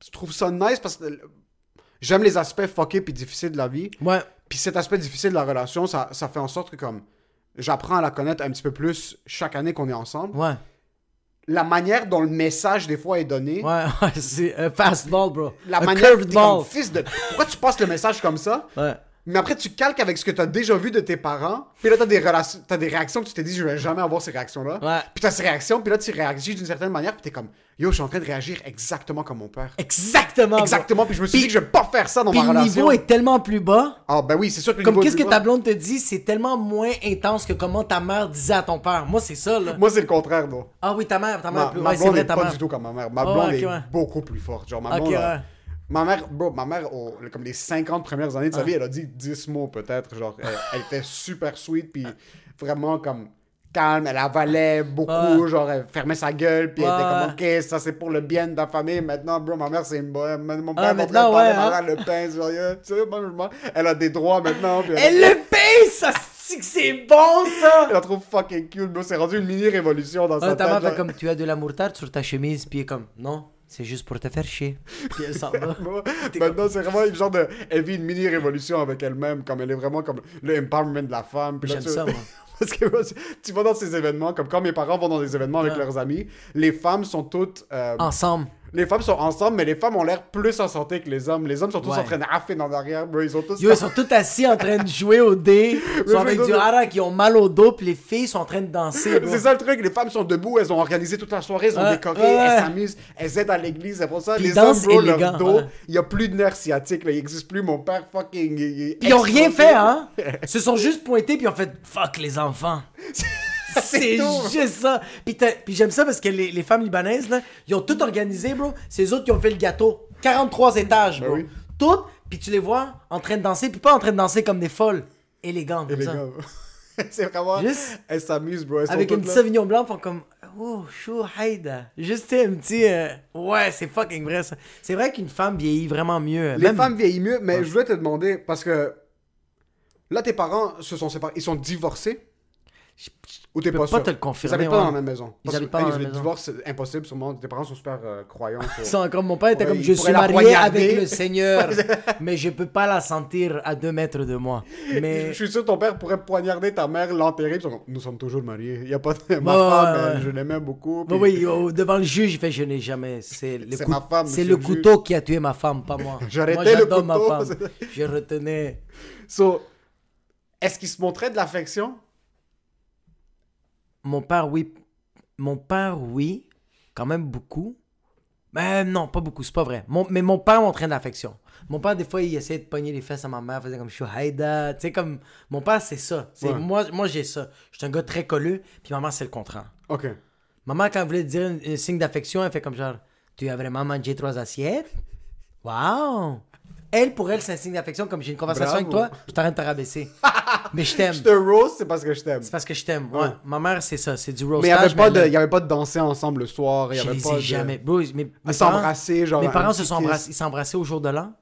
Speaker 2: je trouve ça nice parce que j'aime les aspects fuckés puis difficiles de la vie.
Speaker 3: Ouais,
Speaker 2: Puis cet aspect difficile de la relation, ça, ça fait en sorte que comme. J'apprends à la connaître un petit peu plus chaque année qu'on est ensemble.
Speaker 3: ouais,
Speaker 2: La manière dont le message des fois est donné,
Speaker 3: ouais, ouais, c'est un fastball, bro.
Speaker 2: la
Speaker 3: un
Speaker 2: manière
Speaker 3: curved
Speaker 2: t'es comme
Speaker 3: ball.
Speaker 2: fils de pourquoi tu passes le message comme ça
Speaker 3: Ouais.
Speaker 2: mais après tu calques avec ce que t'as déjà vu de tes parents puis là t'as des relations t'as des réactions que tu t'es dit je vais jamais avoir ces réactions là
Speaker 3: Ouais.
Speaker 2: puis t'as ces réactions puis là tu réagis d'une certaine manière puis t'es comme yo je suis en train de réagir exactement comme mon père
Speaker 3: Exactement. bro.
Speaker 2: exactement puis je me suis
Speaker 3: Puis-
Speaker 2: dit que je vais pas faire ça dans
Speaker 3: Puis
Speaker 2: ma
Speaker 3: le
Speaker 2: relation
Speaker 3: niveau est tellement plus bas.
Speaker 2: ah ben oui c'est sûr que le
Speaker 3: Comme
Speaker 2: niveau est
Speaker 3: qu'est-ce que
Speaker 2: plus
Speaker 3: ta
Speaker 2: bas.
Speaker 3: blonde te dit, c'est tellement moins intense que comment ta mère disait à ton père. Moi, c'est ça, là.
Speaker 2: moi c'est le contraire non
Speaker 3: Ah oui, ta mère, ta mère,
Speaker 2: ma,
Speaker 3: est plus...
Speaker 2: ma
Speaker 3: ouais, c'est
Speaker 2: blonde
Speaker 3: vrai,
Speaker 2: est
Speaker 3: ta
Speaker 2: pas
Speaker 3: mère.
Speaker 2: du tout comme ma mère ma
Speaker 3: Ah ouais,
Speaker 2: blonde
Speaker 3: ok,
Speaker 2: est
Speaker 3: ouais.
Speaker 2: beaucoup plus forte genre ma
Speaker 3: Ok,
Speaker 2: blonde elle-
Speaker 3: ouais.
Speaker 2: Ma mère, bro, ma mère, au- le- comme les 50 premières années de sa vie, elle a dit 10 mots peut-être. Genre, elle, elle était super sweet, puis vraiment comme calme, elle avalait beaucoup,
Speaker 3: Ouais.
Speaker 2: genre, elle fermait sa gueule, puis elle était
Speaker 3: Ouais.
Speaker 2: comme, ok, ça c'est pour le bien de la famille. Maintenant, bro, ma mère, c'est une bonne. Mon père,
Speaker 3: Ah,
Speaker 2: mon frère,
Speaker 3: maintenant,
Speaker 2: parlait,
Speaker 3: ouais,
Speaker 2: ma
Speaker 3: hein.
Speaker 2: mère, le pain, genre, yeah, tu sais, moi, je m'en- elle a des droits maintenant. puis
Speaker 3: Elle le paye, ça, c'est que c'est bon, ça!
Speaker 2: Elle la trouve fucking cute, bro. C'est rendu une mini révolution dans
Speaker 3: Ah,
Speaker 2: sa
Speaker 3: ta mère
Speaker 2: tête.
Speaker 3: fait
Speaker 2: genre.
Speaker 3: comme tu as de la moutarde sur ta chemise, puis elle est comme non, C'est juste pour te faire chier. Puis elle s'en va.
Speaker 2: Bon, Maintenant, c'est vraiment une genre de. Elle vit une mini révolution avec elle-même, comme elle est vraiment comme le empowerment de la femme. puis là,
Speaker 3: J'aime
Speaker 2: tu-
Speaker 3: ça, moi.
Speaker 2: Parce que moi, tu- tu vas dans ces événements, comme quand mes parents vont dans des événements avec
Speaker 3: Ouais.
Speaker 2: leurs amis, les femmes sont toutes. euh,
Speaker 3: Ensemble.
Speaker 2: Les femmes sont ensemble, mais les femmes ont l'air plus en santé que les hommes. Les hommes sont tous
Speaker 3: Ouais.
Speaker 2: en train de raffer dans l'arrière. bro, Ils sont tous.
Speaker 3: Yo, ils sont tous assis en train de jouer au dé. Ils
Speaker 2: Mais
Speaker 3: sont avec
Speaker 2: je-
Speaker 3: du harak, ils ont mal au dos, puis les filles sont en train de danser. bro.
Speaker 2: C'est ça le truc, les femmes sont debout, elles ont organisé toute la soirée, elles ont
Speaker 3: Ouais,
Speaker 2: décoré,
Speaker 3: ouais.
Speaker 2: elles s'amusent, elles aident à l'église, elles font ça.
Speaker 3: Puis
Speaker 2: les hommes,
Speaker 3: danse
Speaker 2: bro, leur
Speaker 3: élégant,
Speaker 2: dos,
Speaker 3: ouais.
Speaker 2: il n'y a plus de nerf sciatique, là, il n'existe plus, mon père fucking. il- il-
Speaker 3: Puis ils ont rien
Speaker 2: explosé.
Speaker 3: fait, hein. Ils se sont juste pointés, puis ils ont fait fuck les enfants. C'est
Speaker 2: tout.
Speaker 3: juste ça. Puis, t'as- puis j'aime ça parce que les, les femmes libanaises, là, ils ont tout organisé, bro. C'est eux autres qui ont fait le gâteau. 43 étages, bro.
Speaker 2: Ben oui.
Speaker 3: Toutes, puis tu les vois en train de danser, puis pas en train de danser comme des folles. Élégantes, comme
Speaker 2: Les
Speaker 3: ça.
Speaker 2: gars, c'est vraiment.
Speaker 3: Juste-
Speaker 2: Elles s'amusent, bro. Elles
Speaker 3: Avec
Speaker 2: sont toutes
Speaker 3: une petite
Speaker 2: là.
Speaker 3: Sauvignon Blanc, font comme Oh, chou, haïda. Juste tu sais, un petit. euh, Ouais, c'est fucking vrai ça. C'est vrai qu'une femme vieillit vraiment mieux.
Speaker 2: Les
Speaker 3: Même-
Speaker 2: femmes vieillissent mieux, mais je voulais te demander, parce que là, tes parents se sont séparés. Ils sont divorcés
Speaker 3: Je-
Speaker 2: ou t'es
Speaker 3: peux
Speaker 2: pas,
Speaker 3: pas
Speaker 2: sûr?
Speaker 3: te le
Speaker 2: Ils
Speaker 3: confirmer,
Speaker 2: habitent pas
Speaker 3: ouais.
Speaker 2: dans la même maison. Parce
Speaker 3: habitent
Speaker 2: que,
Speaker 3: pas dans
Speaker 2: hey,
Speaker 3: la
Speaker 2: le
Speaker 3: maison.
Speaker 2: divorce, c'est impossible, sûrement. Tes parents sont super euh, croyants.
Speaker 3: Ils
Speaker 2: so-
Speaker 3: sont comme mon père était
Speaker 2: Ouais,
Speaker 3: comme
Speaker 2: il
Speaker 3: je
Speaker 2: pourrait
Speaker 3: suis
Speaker 2: la
Speaker 3: marié
Speaker 2: poignarder.
Speaker 3: avec le Seigneur, mais je peux pas la sentir à deux mètres de moi.
Speaker 2: Je
Speaker 3: Mais
Speaker 2: suis sûr que ton père pourrait poignarder ta mère, l'enterrer. puis ils sont comme, Nous sommes toujours mariés. Il y a pas de... Ma
Speaker 3: Ouais,
Speaker 2: femme,
Speaker 3: ouais, ouais.
Speaker 2: elle, je l'aimais beaucoup.
Speaker 3: Bah
Speaker 2: puis-
Speaker 3: oui, au- devant le juge, il fait je n'ai jamais. C'est le,
Speaker 2: C'est ma femme,
Speaker 3: c'est
Speaker 2: monsieur
Speaker 3: le
Speaker 2: le
Speaker 3: couteau qui a tué ma femme, pas moi.
Speaker 2: J'arrêtais
Speaker 3: Moi,
Speaker 2: le
Speaker 3: j'adore ma
Speaker 2: couteau.
Speaker 3: femme. Je retenais.
Speaker 2: So, Est-ce qu'ils se montraient de l'affection
Speaker 3: Mon père, oui. Mon père, oui. Quand même beaucoup. Mais non, pas beaucoup, c'est pas vrai. Mon- mais mon père montrait de l'affection. Mon père, des fois, il essayait de pogner les fesses à ma mère, faisait comme je suis Haïda. Tu sais, comme. Mon père, c'est ça. C'est,
Speaker 2: Ouais.
Speaker 3: Moi, moi j'ai ça. Je suis un gars très colleux, puis ma mère, c'est le contraire.
Speaker 2: Ok.
Speaker 3: Maman, quand elle voulait dire un, un signe d'affection, elle fait comme genre Tu as vraiment mangé trois assiettes Waouh Elle, pour elle, c'est un signe d'affection. Comme j'ai une conversation
Speaker 2: Bravo.
Speaker 3: avec toi, je t'arrête de te rabaisser. Mais je t'aime.
Speaker 2: Je te rose, c'est parce que je t'aime.
Speaker 3: C'est parce que je t'aime. Ouais.
Speaker 2: Ouais.
Speaker 3: Ma mère, c'est ça. C'est du
Speaker 2: Mais il
Speaker 3: roastage.
Speaker 2: n'y avait, pas
Speaker 3: elle
Speaker 2: de-
Speaker 3: l'aime.
Speaker 2: il y avait pas de danser ensemble le soir. Il y
Speaker 3: Je
Speaker 2: avait
Speaker 3: les
Speaker 2: pas
Speaker 3: ai
Speaker 2: de-
Speaker 3: jamais. Bro, mes, mes
Speaker 2: s'embrasser, genre,
Speaker 3: Mes
Speaker 2: un
Speaker 3: parents
Speaker 2: petit
Speaker 3: se sont
Speaker 2: kiss.
Speaker 3: embrassés. Ils s'embrassaient au jour de l'an.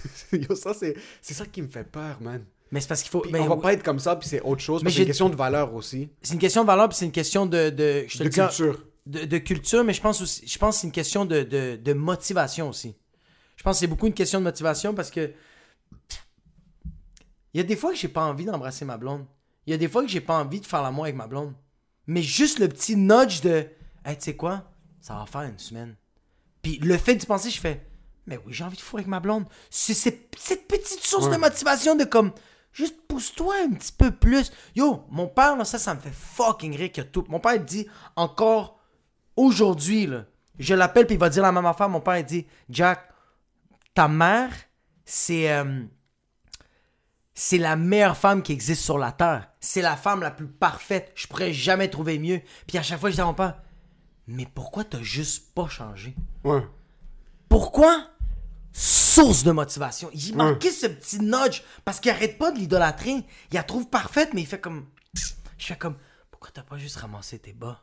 Speaker 2: Yo, ça, c'est c'est ça qui me fait peur, man.
Speaker 3: Mais c'est parce qu'il faut.
Speaker 2: Puis
Speaker 3: ben,
Speaker 2: on va
Speaker 3: oui.
Speaker 2: pas être comme ça, puis c'est autre chose.
Speaker 3: Mais
Speaker 2: Mais c'est une
Speaker 3: j'ai-
Speaker 2: question de valeur aussi,
Speaker 3: C'est une question de valeur, puis c'est une question de. de je te
Speaker 2: de
Speaker 3: le dis en-
Speaker 2: culture.
Speaker 3: de, de culture, mais je pense aussi, je pense que c'est une question de, de- de motivation aussi. Je pense que c'est beaucoup une question de motivation parce que il y a des fois que j'ai pas envie d'embrasser ma blonde. Il y a des fois que j'ai pas envie de faire l'amour avec ma blonde. Mais juste le petit nudge de Hey, tu sais quoi? Ça va faire une semaine. Puis le fait d'y penser, je fais Mais oui, j'ai envie de fourrer avec ma blonde. C'est c'est- cette petite source de motivation de comme Juste pousse-toi un petit peu plus. Yo, mon père, là, ça, ça me fait fucking rire que tout. Mon père il dit encore aujourd'hui, là, je l'appelle puis il va dire la même affaire. Mon père, il dit Jack, ta mère, c'est. euh, c'est la meilleure femme qui existe sur la terre. C'est la femme la plus parfaite. Je pourrais jamais trouver mieux. Puis à chaque fois, je dis à mon père Mais pourquoi t'as juste pas changé
Speaker 2: Ouais.
Speaker 3: pourquoi source de motivation? Il manquait ce petit nudge parce qu'il arrête pas de l'idolâtrer. Il la trouve parfaite, mais il fait comme. Je fais comme. Pourquoi t'as pas juste ramassé tes bas?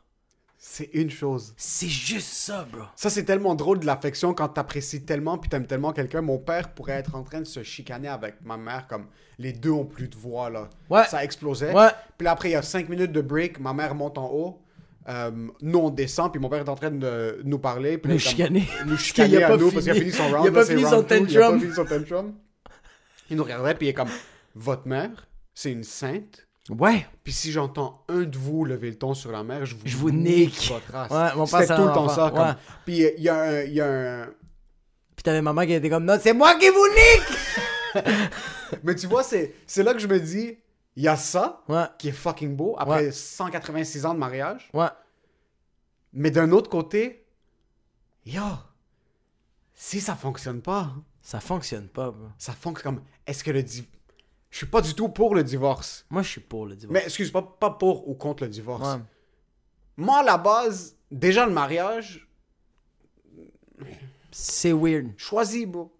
Speaker 2: C'est une chose.
Speaker 3: C'est juste ça, bro.
Speaker 2: Ça, c'est tellement drôle de l'affection quand t'apprécies tellement puis t'aimes tellement quelqu'un. Mon père pourrait être en train de se chicaner avec ma mère, comme les deux ont plus de voix, là.
Speaker 3: Ouais.
Speaker 2: Ça explosait.
Speaker 3: Ouais.
Speaker 2: Puis là, après, il y a cinq minutes de break, ma mère monte en haut. Euh, nous, on descend, puis mon père est en train de nous parler. Puis là,
Speaker 3: Nous
Speaker 2: il est comme-
Speaker 3: chicaner.
Speaker 2: Nous
Speaker 3: qu'il a
Speaker 2: chicaner à
Speaker 3: pas
Speaker 2: nous parce qu'il a
Speaker 3: fini-
Speaker 2: fini son
Speaker 3: il a
Speaker 2: round.
Speaker 3: pas
Speaker 2: là, c'est
Speaker 3: fini
Speaker 2: round
Speaker 3: son
Speaker 2: two, Il a pas
Speaker 3: tantrum.
Speaker 2: fini son tantrum. Il nous regardait, puis il est comme Votre mère, c'est une sainte.
Speaker 3: Ouais.
Speaker 2: Puis si j'entends un de vous lever le ton sur la mer, je vous,
Speaker 3: Je vous nique.
Speaker 2: votre race.
Speaker 3: Ouais, mon père, c'est
Speaker 2: C'était tout
Speaker 3: un
Speaker 2: le temps
Speaker 3: enfant.
Speaker 2: ça. Comme...
Speaker 3: Ouais.
Speaker 2: Puis euh, il y a un- il y a un...
Speaker 3: Puis t'avais maman qui était comme Non, c'est moi qui vous nique!
Speaker 2: Mais tu vois, c'est c'est là que je me dis, il y a ça
Speaker 3: Ouais.
Speaker 2: qui est fucking beau après
Speaker 3: Ouais.
Speaker 2: 186 ans de mariage.
Speaker 3: Ouais.
Speaker 2: Mais d'un autre côté, yo, si ça fonctionne pas, hein.
Speaker 3: Ça fonctionne pas, bro.
Speaker 2: ça fonctionne comme, est-ce que le divorce... Je suis pas du tout pour le divorce.
Speaker 3: Moi, je suis pour le divorce.
Speaker 2: Mais excuse, pas, pas pour ou contre le divorce.
Speaker 3: Ouais.
Speaker 2: Moi, à la base, déjà le mariage,
Speaker 3: C'est weird.
Speaker 2: choisis, bro.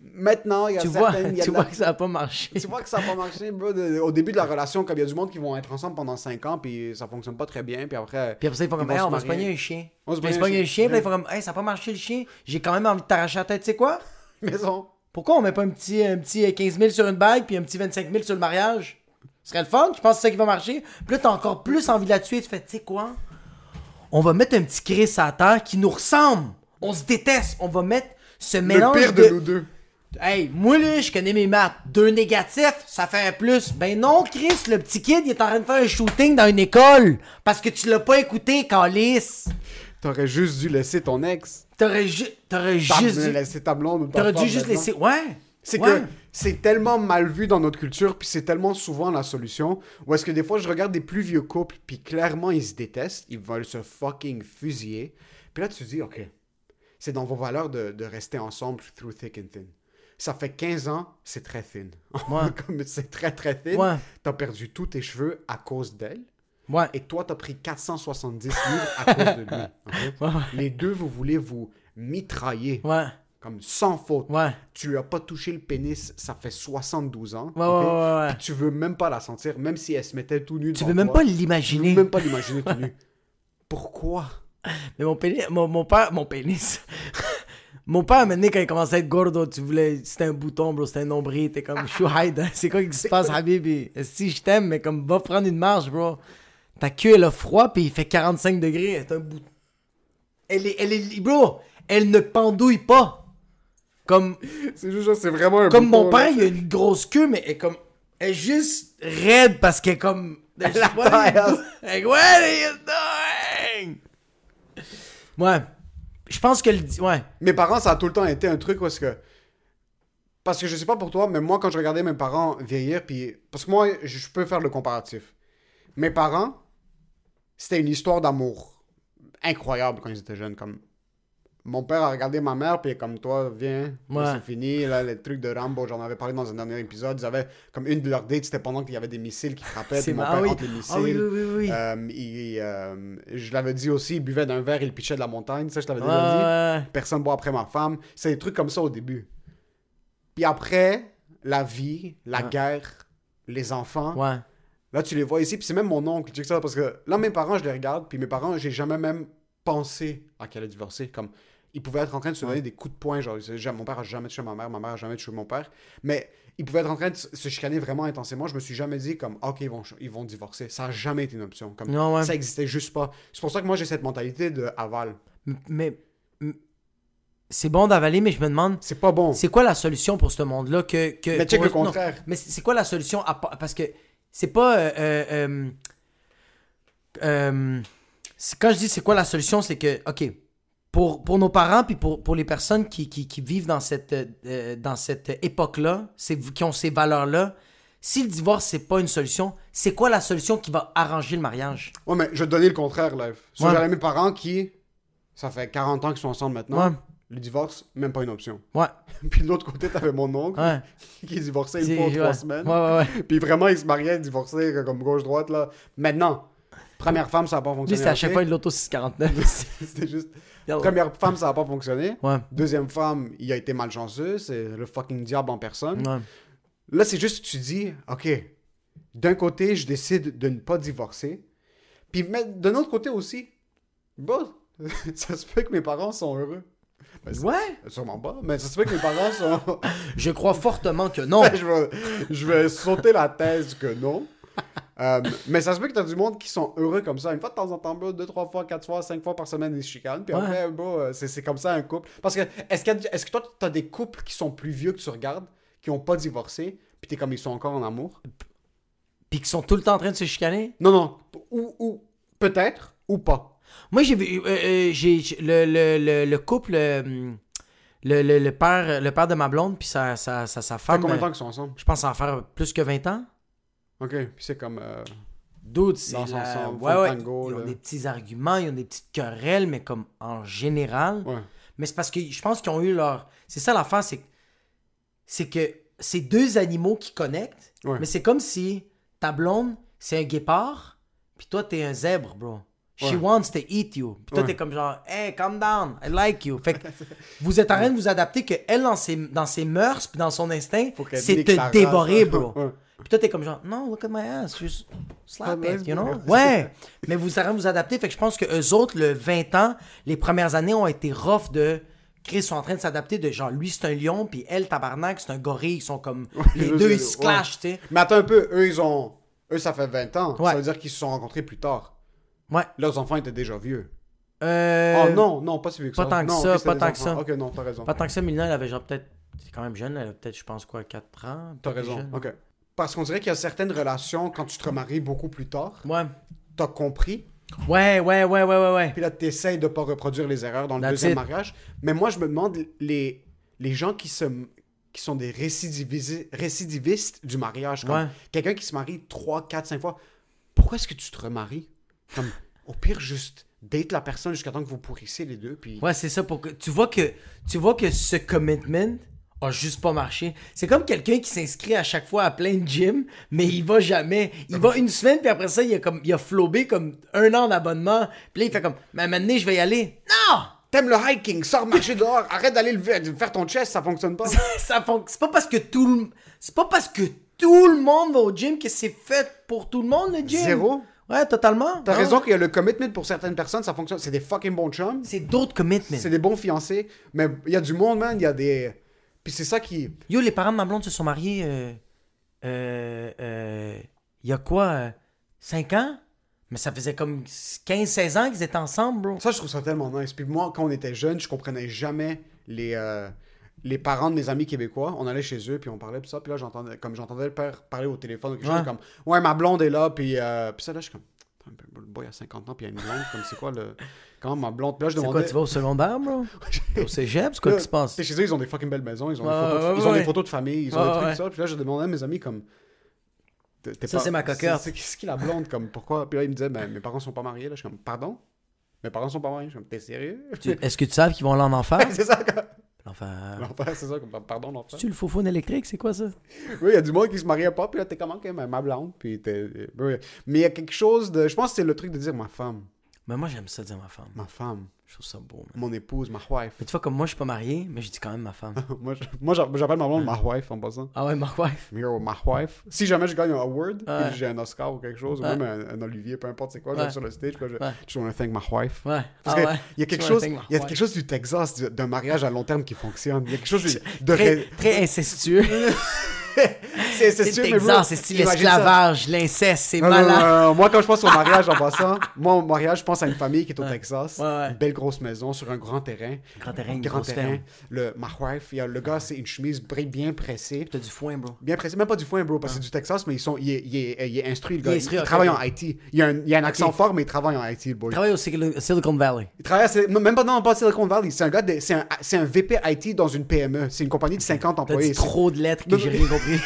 Speaker 2: Maintenant, il y a
Speaker 3: Tu vois,
Speaker 2: certaines... il y a
Speaker 3: tu
Speaker 2: de la-
Speaker 3: vois que ça a pas marché.
Speaker 2: tu vois que ça va marcher, bro. de- au début de la relation, comme il y a du monde qui vont être ensemble pendant 5 ans, puis ça fonctionne pas très bien, puis après.
Speaker 3: Puis après ça, ils font comme,
Speaker 2: vont
Speaker 3: Hey, on va se
Speaker 2: marier.
Speaker 3: pogner un chien.
Speaker 2: On se
Speaker 3: Puis ils se
Speaker 2: pogne un
Speaker 3: pognent un
Speaker 2: chien.
Speaker 3: chien, puis là, ils font comme, hey, ça a pas marché le chien. J'ai quand même envie de t'arracher la tête, tu sais quoi?
Speaker 2: Maison.
Speaker 3: Pourquoi on met pas un petit, un petit euh, 15 000 sur une bague puis un petit 25 000 sur le mariage? Ce serait le fun, je pense que c'est ça qui va marcher. Puis là, t'as encore plus envie de la tuer. Tu fais, tu sais quoi? On va mettre un petit Chris à terre qui nous ressemble. On se déteste. On va mettre ce
Speaker 2: Le
Speaker 3: mélange
Speaker 2: pire de nous deux.
Speaker 3: Hey, moi là, je connais mes maths. Deux négatifs, ça fait un plus. Ben non, Chris, le petit kid, il est en train de faire un shooting dans une école. Parce que tu l'as pas écouté, Calice.
Speaker 2: T'aurais juste dû laisser ton ex.
Speaker 3: T'aurais, ju- t'aurais
Speaker 2: T'as
Speaker 3: juste dû...
Speaker 2: laissé ta blonde ou ta
Speaker 3: T'aurais
Speaker 2: femme
Speaker 3: dû juste
Speaker 2: maintenant.
Speaker 3: laisser... Ouais.
Speaker 2: C'est
Speaker 3: ouais.
Speaker 2: que c'est tellement mal vu dans notre culture, puis c'est tellement souvent la solution. Ou est-ce que des fois, je regarde des plus vieux couples, puis clairement, ils se détestent, ils veulent se fucking fusiller. Puis là, tu te dis, OK, c'est dans vos valeurs de, de rester ensemble through thick and thin. Ça fait 15 ans, c'est très thin.
Speaker 3: Ouais.
Speaker 2: Comme c'est très, très thin.
Speaker 3: Ouais.
Speaker 2: T'as perdu tous tes cheveux à cause d'elle.
Speaker 3: Ouais.
Speaker 2: Et toi, t'as pris 470 livres à cause de lui. ok?
Speaker 3: Ouais.
Speaker 2: Les deux, vous voulez vous mitrailler.
Speaker 3: Ouais.
Speaker 2: Comme sans faute
Speaker 3: Ouais.
Speaker 2: tu lui as pas touché le pénis, ça fait 72 ans.
Speaker 3: Ouais,
Speaker 2: ok?
Speaker 3: ouais, ouais, ouais.
Speaker 2: Puis tu veux même pas la sentir, même si elle se mettait tout nue.
Speaker 3: Tu
Speaker 2: devant
Speaker 3: peux même
Speaker 2: toi.
Speaker 3: pas
Speaker 2: Tu
Speaker 3: l'imaginer.
Speaker 2: veux même pas l'imaginer tout nu. Pourquoi
Speaker 3: Mais mon pénis, mon, mon père, mon pénis. mon père, maintenant, quand il commençait à être gordo, tu voulais, c'était un bouton, bro, c'était un nombril, t'es comme, je suis hide, hein. c'est quoi qui se passe, Habibi? Si je t'aime, mais comme, va prendre une marche, bro. Ta queue, elle a froid, puis il fait 45 degrés, c'est un bouton. Elle est, elle est, bro, elle ne pendouille pas. Comme,
Speaker 2: C'est juste, genre, c'est vraiment un
Speaker 3: comme mon
Speaker 2: bouton, là.
Speaker 3: père, il a une grosse queue, mais elle est comme, elle est juste raide parce qu'elle est comme, elle est what are you do- like, what are you doing? Ouais. Je pense que le. di- Ouais.
Speaker 2: Mes parents, ça a tout le temps été un truc parce que. Parce que je sais pas pour toi, mais moi, quand je regardais mes parents vieillir, puis. Parce que moi, je peux faire le comparatif. Mes parents, c'était une histoire d'amour incroyable quand ils étaient jeunes. Comme. Mon père a regardé ma mère, puis comme toi, viens, là,
Speaker 3: Ouais.
Speaker 2: c'est fini. Là, les trucs de Rambo, j'en avais parlé dans un dernier épisode. Ils avaient. Comme une de leurs dates, c'était pendant qu'il y avait des missiles qui frappaient, puis mon
Speaker 3: marrant.
Speaker 2: père
Speaker 3: Ah oui.
Speaker 2: entre les missiles.
Speaker 3: Ah oui, oui, oui, oui.
Speaker 2: Euh, il- euh, je l'avais dit aussi, il buvait d'un verre, il pitchait de la montagne, ça je l'avais
Speaker 3: Ouais,
Speaker 2: déjà dit
Speaker 3: ouais, ouais.
Speaker 2: personne boit après ma femme. C'est des trucs comme ça au début. Puis après, la vie, la
Speaker 3: Ouais.
Speaker 2: guerre, les enfants.
Speaker 3: Ouais.
Speaker 2: Là, tu les vois ici, puis c'est même mon oncle, check ça, parce que là, mes parents, je les regarde, puis mes parents, j'ai jamais même pensé à qu'elle allait divorcer. Comme, ils pouvaient être en train de se donner des coups de poing, genre, c'est- j'ai- mon père a jamais touché ma mère, ma mère a jamais touché mon père, mais ils pouvaient être en train de se se chicaner vraiment intensément. Je me suis jamais dit, comme, ok, ils vont, ch- ils vont divorcer. Ça a jamais été une option. Comme,
Speaker 3: Non, ouais.
Speaker 2: ça existait juste pas. C'est pour ça que moi, j'ai cette mentalité de aval.
Speaker 3: M- Mais. m- C'est bon d'avaler, mais je me demande,
Speaker 2: C'est pas bon.
Speaker 3: c'est quoi la solution pour ce monde-là que. que
Speaker 2: Mais check
Speaker 3: pour-
Speaker 2: le
Speaker 3: non.
Speaker 2: contraire.
Speaker 3: Mais c'est c'est quoi la solution à part- Parce que c'est pas. euh, euh, euh, euh, c'est- quand je dis c'est quoi la solution, c'est que, OK, pour, pour nos parents puis pour, pour les personnes qui, qui, qui vivent dans cette, euh, dans cette époque-là, c'est- qui ont ces valeurs-là, si le divorce, c'est pas une solution, c'est quoi la solution qui va arranger le mariage?
Speaker 2: Ouais, mais je vais te donner le contraire, live. Si
Speaker 3: Ouais.
Speaker 2: j'avais mes parents qui, ça fait 40 ans qu'ils sont ensemble maintenant,
Speaker 3: Ouais.
Speaker 2: le divorce, même pas une option.
Speaker 3: Ouais,
Speaker 2: Puis de l'autre côté, t'avais mon oncle
Speaker 3: ouais.
Speaker 2: qui divorçait
Speaker 3: Hein? C'est-
Speaker 2: une fois ou trois
Speaker 3: ouais.
Speaker 2: semaines.
Speaker 3: Ouais, ouais, ouais.
Speaker 2: Puis vraiment, il se mariait, divorçait euh, comme gauche-droite, là. Maintenant, première femme, ça n'a pas
Speaker 3: Lui,
Speaker 2: fonctionné.
Speaker 3: c'est à chaque
Speaker 2: ok?
Speaker 3: fois une loto 649.
Speaker 2: C'était juste.
Speaker 3: Regarde.
Speaker 2: Première femme, ça n'a pas fonctionné.
Speaker 3: Ouais,
Speaker 2: Deuxième femme, il a été malchanceux, c'est le fucking diable en personne.
Speaker 3: ouais.
Speaker 2: Là, c'est juste, tu dis, OK, d'un côté, je décide de ne pas divorcer. Puis mais d'un autre côté aussi, bon, ça se peut que mes parents sont heureux. Euh,
Speaker 3: Ouais,
Speaker 2: Sûrement pas, mais ça se peut que mes parents sont...
Speaker 3: je crois fortement que non.
Speaker 2: je, vais, je vais sauter la thèse que non. Euh, mais ça se peut que t'as du monde qui sont heureux comme ça. Une fois de temps en temps, bro, deux, trois fois, quatre fois, cinq fois par semaine, ils se chicanent. Puis
Speaker 3: Ouais.
Speaker 2: après, bro, euh, c'est c'est comme ça un couple. Parce que, est-ce qu'il y a- est-ce que toi, t'as des couples qui sont plus vieux que tu regardes, qui ont pas divorcé, puis t'es comme ils sont encore en amour?
Speaker 3: Puis qui sont tout le temps en train de se chicaner.
Speaker 2: Non, non. Ou, ou peut-être, ou pas.
Speaker 3: Moi, j'ai vu. euh, euh, j'ai, j'ai- le, le, le, le couple. euh, le, le, le père, le père de ma blonde, puis sa, sa, sa, sa
Speaker 2: Ça fait
Speaker 3: femme.
Speaker 2: combien de
Speaker 3: euh,
Speaker 2: temps qu'ils sont ensemble?
Speaker 3: Je pense en faire plus que 20 ans.
Speaker 2: Ok, puis c'est comme. euh,
Speaker 3: D'autres, c'est.
Speaker 2: Dansent
Speaker 3: la-
Speaker 2: ensemble,
Speaker 3: ouais,
Speaker 2: font le
Speaker 3: ouais,
Speaker 2: tango,
Speaker 3: ils ont
Speaker 2: là.
Speaker 3: des petits arguments, ils ont des petites querelles, mais comme en général.
Speaker 2: Ouais.
Speaker 3: Mais c'est parce que je pense qu'ils ont eu leur. C'est ça l'affaire, c'est que. C'est que c'est deux animaux qui connectent,
Speaker 2: Ouais.
Speaker 3: mais c'est comme si ta blonde, c'est un guépard, puis toi, t'es un zèbre, bro. She
Speaker 2: Ouais.
Speaker 3: wants to eat you. Puis toi,
Speaker 2: Ouais.
Speaker 3: t'es comme genre, hey, calm down, I like you. Fait que vous êtes en train de vous adapter que elle, dans ses, dans ses mœurs, puis dans son instinct,
Speaker 2: Faut qu'elle
Speaker 3: c'est
Speaker 2: nique ta
Speaker 3: te
Speaker 2: race. hein.
Speaker 3: dévorer, bro.
Speaker 2: Ouais.
Speaker 3: Puis toi, t'es comme genre, non, look at my ass, just slap
Speaker 2: Ah,
Speaker 3: it, you know?
Speaker 2: nice, bro.
Speaker 3: Ouais! Mais vous savez vous adapter. Fait que je pense que eux autres, le 20 ans, les premières années ont été rough de. Chris sont en train de s'adapter de genre, lui, c'est un lion, puis elle, tabarnak, c'est un gorille. Ils sont comme. les
Speaker 2: je
Speaker 3: deux,
Speaker 2: sais,
Speaker 3: ils se
Speaker 2: ouais.
Speaker 3: clashent, tu sais.
Speaker 2: Mais attends un peu, eux, ils ont. Eux, ça fait 20 ans.
Speaker 3: Ouais.
Speaker 2: Ça veut dire qu'ils se sont rencontrés plus tard.
Speaker 3: Ouais.
Speaker 2: Leurs enfants étaient déjà vieux.
Speaker 3: Euh,
Speaker 2: Oh non, non, pas si vieux que
Speaker 3: pas
Speaker 2: ça.
Speaker 3: tant que
Speaker 2: Non,
Speaker 3: ça,
Speaker 2: ok, c'était
Speaker 3: pas
Speaker 2: des
Speaker 3: tant que
Speaker 2: enfants.
Speaker 3: ça.
Speaker 2: Ok, non, t'as raison.
Speaker 3: Pas tant que ça, Milena, elle avait genre peut-être. C'est quand même jeune, elle a peut-être, je pense, quoi, 4 ans.
Speaker 2: T'as
Speaker 3: peut-être
Speaker 2: raison.
Speaker 3: jeune.
Speaker 2: Ok. Parce qu'on dirait qu'il y a certaines relations, quand tu te remaries beaucoup plus tard,
Speaker 3: Ouais.
Speaker 2: t'as compris,
Speaker 3: Ouais, ouais, ouais, ouais, ouais, ouais.
Speaker 2: puis là, t'essayes de pas reproduire les erreurs dans le
Speaker 3: That's
Speaker 2: deuxième
Speaker 3: it.
Speaker 2: mariage. Mais moi, je me demande, les, les gens qui, se, qui sont des récidivisés- récidivistes du mariage, comme
Speaker 3: Ouais.
Speaker 2: quelqu'un qui se marie 3, 4, 5 fois, pourquoi est-ce que tu te remaries Comme, au pire, juste date la personne jusqu'à temps que vous pourrissez les deux, puis...
Speaker 3: Ouais, c'est ça pour que tu vois que tu vois que ce commitment a juste pas marché. C'est comme quelqu'un qui s'inscrit à chaque fois à plein de gym, mais il va jamais. Il va une semaine puis après ça il a comme il a flobé comme un an d'abonnement. Puis là il fait comme mais maintenant je vais y aller. Non,
Speaker 2: T'aimes le hiking, sors marcher dehors, arrête d'aller le faire ton chest, ça fonctionne pas.
Speaker 3: ça fon- c'est pas parce que tout le c'est pas parce que tout le monde va au gym que c'est fait pour tout le monde le gym.
Speaker 2: Zéro.
Speaker 3: Ouais, totalement.
Speaker 2: T'as
Speaker 3: Non.
Speaker 2: raison qu'il y a le commitment pour certaines personnes, ça fonctionne. C'est des fucking bons chums,
Speaker 3: C'est d'autres commitments.
Speaker 2: c'est des bons fiancés, mais il y a du monde, man, il y a des... Puis c'est ça qui...
Speaker 3: Yo, les parents de ma blonde se sont mariés. Euh, euh, euh, il y a quoi euh, 5 ans Mais ça faisait comme 15-16 ans qu'ils étaient ensemble, bro.
Speaker 2: Ça, je trouve ça tellement nice. Puis moi, quand on était jeune, je comprenais jamais les, euh, les parents de mes amis québécois. On allait chez eux, puis on parlait de ça. Puis là, j'entendais, comme j'entendais le père parler au téléphone, ou quelque chose
Speaker 3: Ouais.
Speaker 2: comme « Ouais, ma blonde est là, puis... euh, Puis ça, là, je suis comme... Putain, Le boy a 50 ans, puis il a une blonde. Comme, c'est quoi le... Comment ma blonde... Puis là, je
Speaker 3: C'est quoi,
Speaker 2: demandais...
Speaker 3: tu vas au secondaire, bro T'es Au cégep, c'est quoi
Speaker 2: Là,
Speaker 3: qui se passe
Speaker 2: t'es chez eux, ils ont des fucking belles maisons, ils ont,
Speaker 3: Ouais,
Speaker 2: des, photos de,
Speaker 3: ouais,
Speaker 2: ils ont
Speaker 3: ouais.
Speaker 2: des photos de famille, ils ont
Speaker 3: Ouais,
Speaker 2: des trucs,
Speaker 3: ouais.
Speaker 2: ça. Puis là, je demandais à mes amis, comme. t'es- t'es
Speaker 3: Ça,
Speaker 2: pas-
Speaker 3: c'est ma cocotte.
Speaker 2: C'est ce qui la blonde, comme pourquoi Puis là, ils me disaient, ben, mes parents sont pas mariés. Là, je suis comme, pardon Mes parents sont pas mariés. Je suis comme, t'es sérieux
Speaker 3: Tu- Est-ce que tu savais qu'ils vont aller en enfer
Speaker 2: C'est ça, comme-
Speaker 3: L'enfer.
Speaker 2: l'enfer, c'est ça, comme, pardon, l'enfer.
Speaker 3: Tu le faux électrique, c'est quoi ça
Speaker 2: Oui, il y a du monde qui se mariait pas, puis là, t'es comment, comme, ma blonde Puis t'es. euh, oui. Mais il y a quelque chose de. Je pense que c'est le truc de dire ma femme,
Speaker 3: Mais moi, j'aime ça dire ma femme.
Speaker 2: ma femme,
Speaker 3: Je trouve ça beau, man.
Speaker 2: mon épouse, ma wife.
Speaker 3: Mais tu vois, comme moi, je suis pas marié, mais je dis quand même ma femme.
Speaker 2: moi, je- moi, j'appelle ma blonde ma wife en passant.
Speaker 3: Ah ouais, ma wife.
Speaker 2: Yo, ma wife. Si jamais je gagne un award,
Speaker 3: Ouais.
Speaker 2: puis j'ai un Oscar ou quelque chose,
Speaker 3: Ouais.
Speaker 2: ou même un, un Olivier, peu importe c'est quoi,
Speaker 3: Ouais.
Speaker 2: j'aime sur le stage, quoi, je,
Speaker 3: Ouais.
Speaker 2: je wanna thank my wife.
Speaker 3: Ouais.
Speaker 2: Mm. Parce
Speaker 3: ah
Speaker 2: que
Speaker 3: ouais.
Speaker 2: il y a quelque
Speaker 3: Tu
Speaker 2: chose,
Speaker 3: vois,
Speaker 2: il y a quelque chose du Texas, du- d'un mariage à long terme qui fonctionne. Il y a quelque chose de- de
Speaker 3: Très,
Speaker 2: ré-
Speaker 3: très incestueux.
Speaker 2: c'est
Speaker 3: C'est
Speaker 2: incestueux, mais bro,
Speaker 3: Texas, c'est style
Speaker 2: imagine ça.
Speaker 3: esclavage, l'inceste, c'est
Speaker 2: Non, non, non,
Speaker 3: malade.
Speaker 2: non, non. moi, quand je pense au mariage en passant, moi, au mariage, je pense à une famille qui est au Texas.
Speaker 3: Ouais, ouais.
Speaker 2: Une belle grosse maison sur un grand terrain.
Speaker 3: Grand terrain, une
Speaker 2: Grand
Speaker 3: grosse
Speaker 2: terrain.
Speaker 3: ferme.
Speaker 2: Le, ma wife, il y a, le gars, c'est une chemise bri- bien pressée.
Speaker 3: T'as du foin, bro.
Speaker 2: Bien pressé, même pas du foin, bro, parce que c'est du Texas, mais ils sont, il, est, il est- il est instruit, le gars. Il,
Speaker 3: instruit, ok,
Speaker 2: travaille
Speaker 3: ok.
Speaker 2: en IT. Il y a un, il a un accent fort, mais il travaille en IT, le boy.
Speaker 3: Il travaille au Sil- Silicon Valley.
Speaker 2: Il travaille, à Sil- non, même pas dans pas Silicon Valley. C'est un gars, de- c'est un, c'est un VP IT dans une PME. C'est une compagnie de 50
Speaker 3: T'as dit
Speaker 2: employés. C'est-
Speaker 3: trop de lettres que
Speaker 2: Non,
Speaker 3: j'ai
Speaker 2: mais-
Speaker 3: rien compris.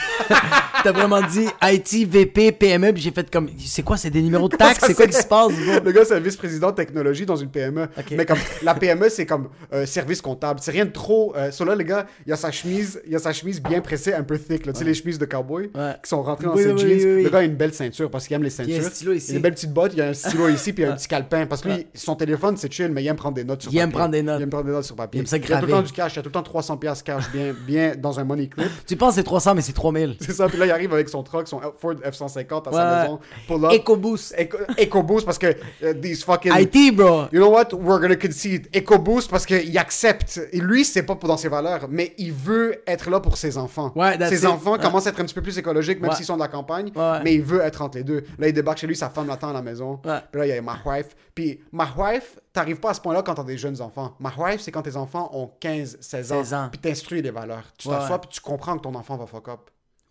Speaker 3: T'as vraiment dit IT, VP, PME, E, puis j'ai fait comme. C'est quoi, c'est des numéros de taxes?
Speaker 2: ça
Speaker 3: C'est quoi qui
Speaker 2: c'est-
Speaker 3: se passe, bro?
Speaker 2: Le gars, c'est un vice-président de technologie dans une PME.
Speaker 3: Ok.
Speaker 2: Mais comme la PME, c'est comme euh, service comptable. C'est rien de trop. Euh, sur là, le gars, il a sa chemise, il a sa chemise bien pressée, un peu thick. là. Tu sais, les chemises de cowboy
Speaker 3: Ouais.
Speaker 2: qui sont rentrées dans
Speaker 3: Oui,
Speaker 2: ses
Speaker 3: oui,
Speaker 2: jeans.
Speaker 3: oui, oui,
Speaker 2: Le
Speaker 3: oui.
Speaker 2: gars a une belle ceinture parce qu'il aime les ceintures.
Speaker 3: Il y a un stylo ici.
Speaker 2: Il a des belles petites bottes, il y a un stylo ici, puis il y a un petit calepin. Parce que lui, son téléphone, c'est chill, mais il aime prendre des notes sur
Speaker 3: Il
Speaker 2: papier.
Speaker 3: aime prendre des notes.
Speaker 2: Il aime prendre des notes sur papier.
Speaker 3: Il aime ça
Speaker 2: y a tout le
Speaker 3: graver.
Speaker 2: temps du cash. Il y a tout le temps 300$ piastres cash bien, bien dans un money clip.
Speaker 3: Tu penses c'est 300, mais c'est 3000.
Speaker 2: C'est ça, puis là, il arrive avec son truck, son Ford F-150 à
Speaker 3: Ouais.
Speaker 2: sa maison. Pull up.
Speaker 3: EcoBoost.
Speaker 2: Eco- EcoBoost parce que euh, these fucking.
Speaker 3: IT, bro.
Speaker 2: You know what? We're gonna concede. EcoBoost parce qu'il accepte. Et lui, c'est pas pour dans ses valeurs, mais il veut être là pour ses enfants.
Speaker 3: Ouais, that's
Speaker 2: ses
Speaker 3: it.
Speaker 2: enfants
Speaker 3: Ouais.
Speaker 2: commencent à être un petit peu plus écologiques, même
Speaker 3: Ouais.
Speaker 2: s'ils sont de la campagne,
Speaker 3: Ouais.
Speaker 2: mais il veut être entre les deux. Là, il débarque chez lui, sa femme l'attend à la maison.
Speaker 3: Ouais.
Speaker 2: Puis là, il y a ma wife. Puis ma wife, t'arrives pas à ce point-là quand t'as des jeunes enfants. Ma wife, c'est quand tes enfants ont 15, 16 ans.
Speaker 3: 16 ans.
Speaker 2: Puis t'instruis les valeurs. Tu
Speaker 3: Ouais,
Speaker 2: t'assois,
Speaker 3: ouais.
Speaker 2: puis tu comprends que ton enfant va fuck up.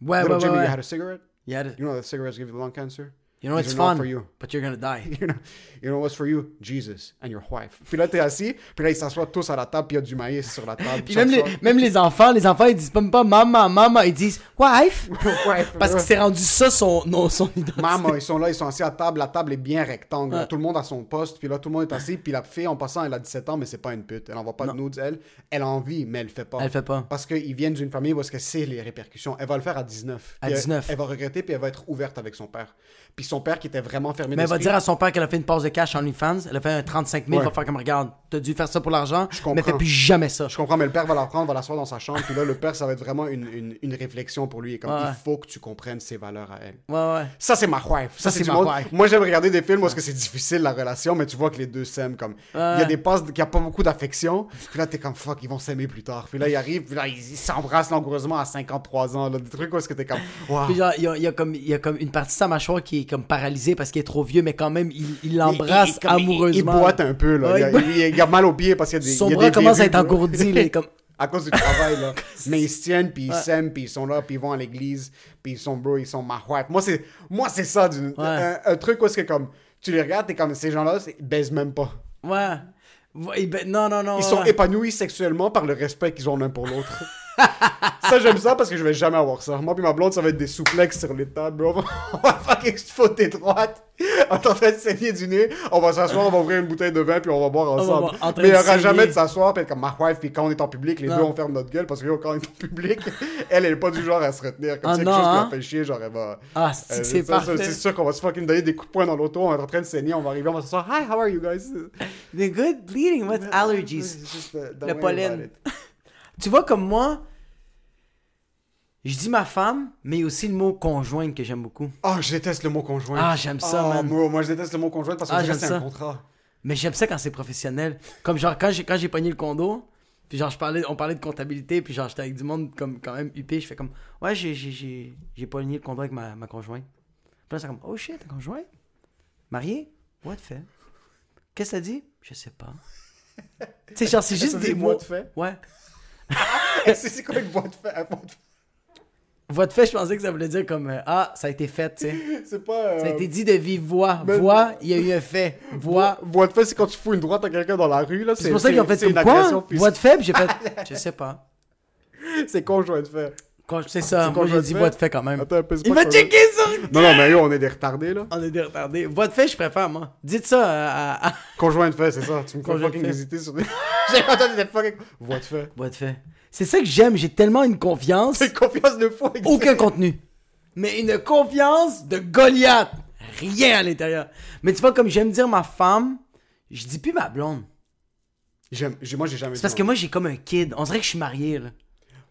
Speaker 3: Ouais, ouais,
Speaker 2: Little
Speaker 3: ouais.
Speaker 2: Jimmy,
Speaker 3: ouais.
Speaker 2: you had a cigarette?
Speaker 3: You had it.
Speaker 2: You know that cigarettes give you lung cancer?
Speaker 3: You know,
Speaker 2: These
Speaker 3: it's
Speaker 2: are not
Speaker 3: fun,
Speaker 2: for you.
Speaker 3: but you're gonna die.
Speaker 2: you know, you know what's for you? Jesus and your wife. Puis là, t'es assis, puis là, ils s'assoient tous à la table, puis il y a du maïs sur la table.
Speaker 3: Puis même les,
Speaker 2: chaque
Speaker 3: même les enfants, les enfants, ils disent même pas maman, maman, ils disent wife.
Speaker 2: soir. Wife,
Speaker 3: Parce que
Speaker 2: ouais.
Speaker 3: c'est rendu ça son, non, son identité.
Speaker 2: Maman, ils sont là, ils sont assis à table, la table est bien rectangle.
Speaker 3: Ouais.
Speaker 2: Tout le monde à son poste, puis là, tout le monde est assis, puis la fille, en passant, elle a 17 ans, mais c'est pas une pute. Elle envoie pas de nudes, elle. Elle a envie, mais elle fait pas.
Speaker 3: Elle fait pas.
Speaker 2: Parce qu'ils viennent d'une famille où est-ce que c'est les répercussions. Elle va le faire à 19.
Speaker 3: À
Speaker 2: Puis elle-
Speaker 3: 19.
Speaker 2: Elle, va regretter, puis elle va être ouverte avec son père. Puis son père qui était vraiment fermé
Speaker 3: Mais elle va
Speaker 2: d'esprit,
Speaker 3: dire à son père qu'elle a fait une passe de cash en OnlyFans, elle a fait un 35 000,
Speaker 2: Ouais.
Speaker 3: va faire comme regarde, t'as dû faire ça pour l'argent, mais
Speaker 2: comprends.
Speaker 3: fais plus jamais ça.
Speaker 2: Je comprends, mais le père va la prendre, va l'asseoir dans sa chambre, puis là, le père, ça va être vraiment une, une- une réflexion pour lui. Et comme,
Speaker 3: Ouais.
Speaker 2: il faut que tu comprennes ses valeurs à elle.
Speaker 3: Ouais, ouais.
Speaker 2: Ça, c'est ma wife. Ça, c'est
Speaker 3: c'est
Speaker 2: du
Speaker 3: ma
Speaker 2: monde.
Speaker 3: wife.
Speaker 2: Moi, j'aime regarder des films parce que c'est difficile, la relation, mais tu vois que les deux s'aiment. Comme, il y a des passes qui a pas beaucoup d'affection, puis là, t'es comme, fuck, ils vont s'aimer plus tard. Puis là, ils arrivent, puis là, ils ils s'embrassent langoureusement à 53 ans. Là, des trucs où est-ce que t'es comme, wow.
Speaker 3: Puis genre, il y a, il y a comme, il y a comme une partie de sa mâchoire qui est comme comme paralysé parce qu'il est trop vieux, mais quand même, il- il l'embrasse
Speaker 2: comme il-
Speaker 3: amoureusement.
Speaker 2: Il boite un peu, là.
Speaker 3: Ouais, il
Speaker 2: il, a, il a mal aux pieds parce qu'il y a des.
Speaker 3: Son
Speaker 2: il y a
Speaker 3: bras
Speaker 2: des
Speaker 3: commence à
Speaker 2: verrues,
Speaker 3: être
Speaker 2: là.
Speaker 3: engourdi, là, il est comme...
Speaker 2: À cause du travail, là. Mais ils se tiennent, puis ils s'aiment, puis ils sont là, puis ils vont à l'église, puis ils sont bro, ils sont mahouates. Moi, c'est moi c'est ça, du- un, un truc où est-ce que comme, tu les regardes, t'es comme, ces gens-là, c'est- ils baisent même pas.
Speaker 3: Ouais. Ouais, ben, Non, non, non.
Speaker 2: Ils sont
Speaker 3: ouais.
Speaker 2: épanouis sexuellement par le respect qu'ils ont l'un pour l'autre. ça, j'aime ça parce que je vais jamais avoir ça. Moi puis ma blonde, ça va être des souplexes sur les tables, bro. On va fucking se fauter droite. On est en train de saigner du nez. On va s'asseoir, on va ouvrir une bouteille de vin puis on va boire
Speaker 3: va
Speaker 2: ensemble.
Speaker 3: boire en train
Speaker 2: Mais il n'y
Speaker 3: de
Speaker 2: aura
Speaker 3: saigner.
Speaker 2: jamais de s'asseoir puis être comme ma wife puis quand on est en public, les
Speaker 3: Non.
Speaker 2: deux on ferme notre gueule parce que yo, quand on est en public, elle, elle est pas du genre à se retenir. Comme
Speaker 3: Ah
Speaker 2: c'est quelque
Speaker 3: non,
Speaker 2: chose qui
Speaker 3: hein?
Speaker 2: la fait chier, genre elle va.
Speaker 3: Ah, c'est
Speaker 2: Euh,
Speaker 3: que c'est
Speaker 2: ça, ça,
Speaker 3: parfait.
Speaker 2: C'est sûr qu'on va se fucking donner des coups de poing dans l'auto, on est en train de saigner, on va arriver, on va s'asseoir. Hi, how are you guys?
Speaker 3: The good bleeding, what's allergies?
Speaker 2: It's just, uh, the
Speaker 3: Le
Speaker 2: way about
Speaker 3: pollen.
Speaker 2: it.
Speaker 3: tu vois, comme moi, je dis ma femme, mais aussi le mot conjointe que j'aime beaucoup.
Speaker 2: Ah, je déteste le mot conjoint.
Speaker 3: Ah, j'aime ça,
Speaker 2: Ah,
Speaker 3: man.
Speaker 2: Moi, moi, je déteste le mot conjoint parce que
Speaker 3: Ah,
Speaker 2: je dirais que
Speaker 3: j'aime
Speaker 2: c'est un
Speaker 3: ça.
Speaker 2: contrat.
Speaker 3: Mais j'aime ça quand c'est professionnel. Comme genre, quand j'ai, quand j'ai pogné le condo, puis genre, je parlais, on parlait de comptabilité, puis genre, j'étais avec du monde comme quand même huppé, je fais comme, ouais, j'ai, j'ai, j'ai, j'ai pogné le condo avec ma, ma conjointe. Puis là, c'est comme, oh shit, ta conjointe? Mariée? What the fait? Qu'est-ce que ça dit? Je sais pas. tu sais, genre, c'est juste
Speaker 2: Ça dit
Speaker 3: des
Speaker 2: voix
Speaker 3: mots.
Speaker 2: de fait?
Speaker 3: Ouais.
Speaker 2: Eh, c'est c'est quoi une voix de fait? Un voix de fait,
Speaker 3: Voix de fait, je pensais que ça voulait dire comme, euh, ah, ça a été fait, tu sais.
Speaker 2: C'est pas. euh,
Speaker 3: Ça a été dit de vive voix.
Speaker 2: mais-
Speaker 3: Voix, il y a eu un fait. Voix.
Speaker 2: Voix euh, de fait, c'est quand tu fous une droite à quelqu'un dans la rue, là.
Speaker 3: C'est pour ça qu'ils ont fait
Speaker 2: c'est une
Speaker 3: comme quoi?
Speaker 2: agression
Speaker 3: Voix de fait, puis j'ai fait, je sais pas.
Speaker 2: physique. C'est conjoint de fait.
Speaker 3: Quand- C'est ça,
Speaker 2: C'est
Speaker 3: moi j'ai
Speaker 2: conjoint
Speaker 3: dit
Speaker 2: de
Speaker 3: voix de
Speaker 2: fait.
Speaker 3: fait quand même.
Speaker 2: Attends un peu, c'est
Speaker 3: Ah, Il
Speaker 2: pas
Speaker 3: va
Speaker 2: conjoint-
Speaker 3: checker ça!
Speaker 2: Non, non, mais eux, on est des retardés, là.
Speaker 3: On est des retardés. Voix de fait, je préfère, moi. Dites ça à. à- à-
Speaker 2: Conjoint de fait, c'est ça. Tu me fais
Speaker 3: Conjoint de
Speaker 2: fucking
Speaker 3: fait.
Speaker 2: hésiter sur des. J'ai entendu des fucking. Voix de fait.
Speaker 3: Voix de fait. C'est ça que j'aime, j'ai tellement une confiance.
Speaker 2: C'est confiance de fou. avec-
Speaker 3: Aucun contenu. Mais une confiance de Goliath. Rien à l'intérieur. Mais tu vois, comme j'aime dire ma femme, je dis plus ma blonde.
Speaker 2: J'aime- j'ai- Moi, j'ai jamais
Speaker 3: C'est parce que moi j'ai comme un kid. On dirait que je suis marié, là.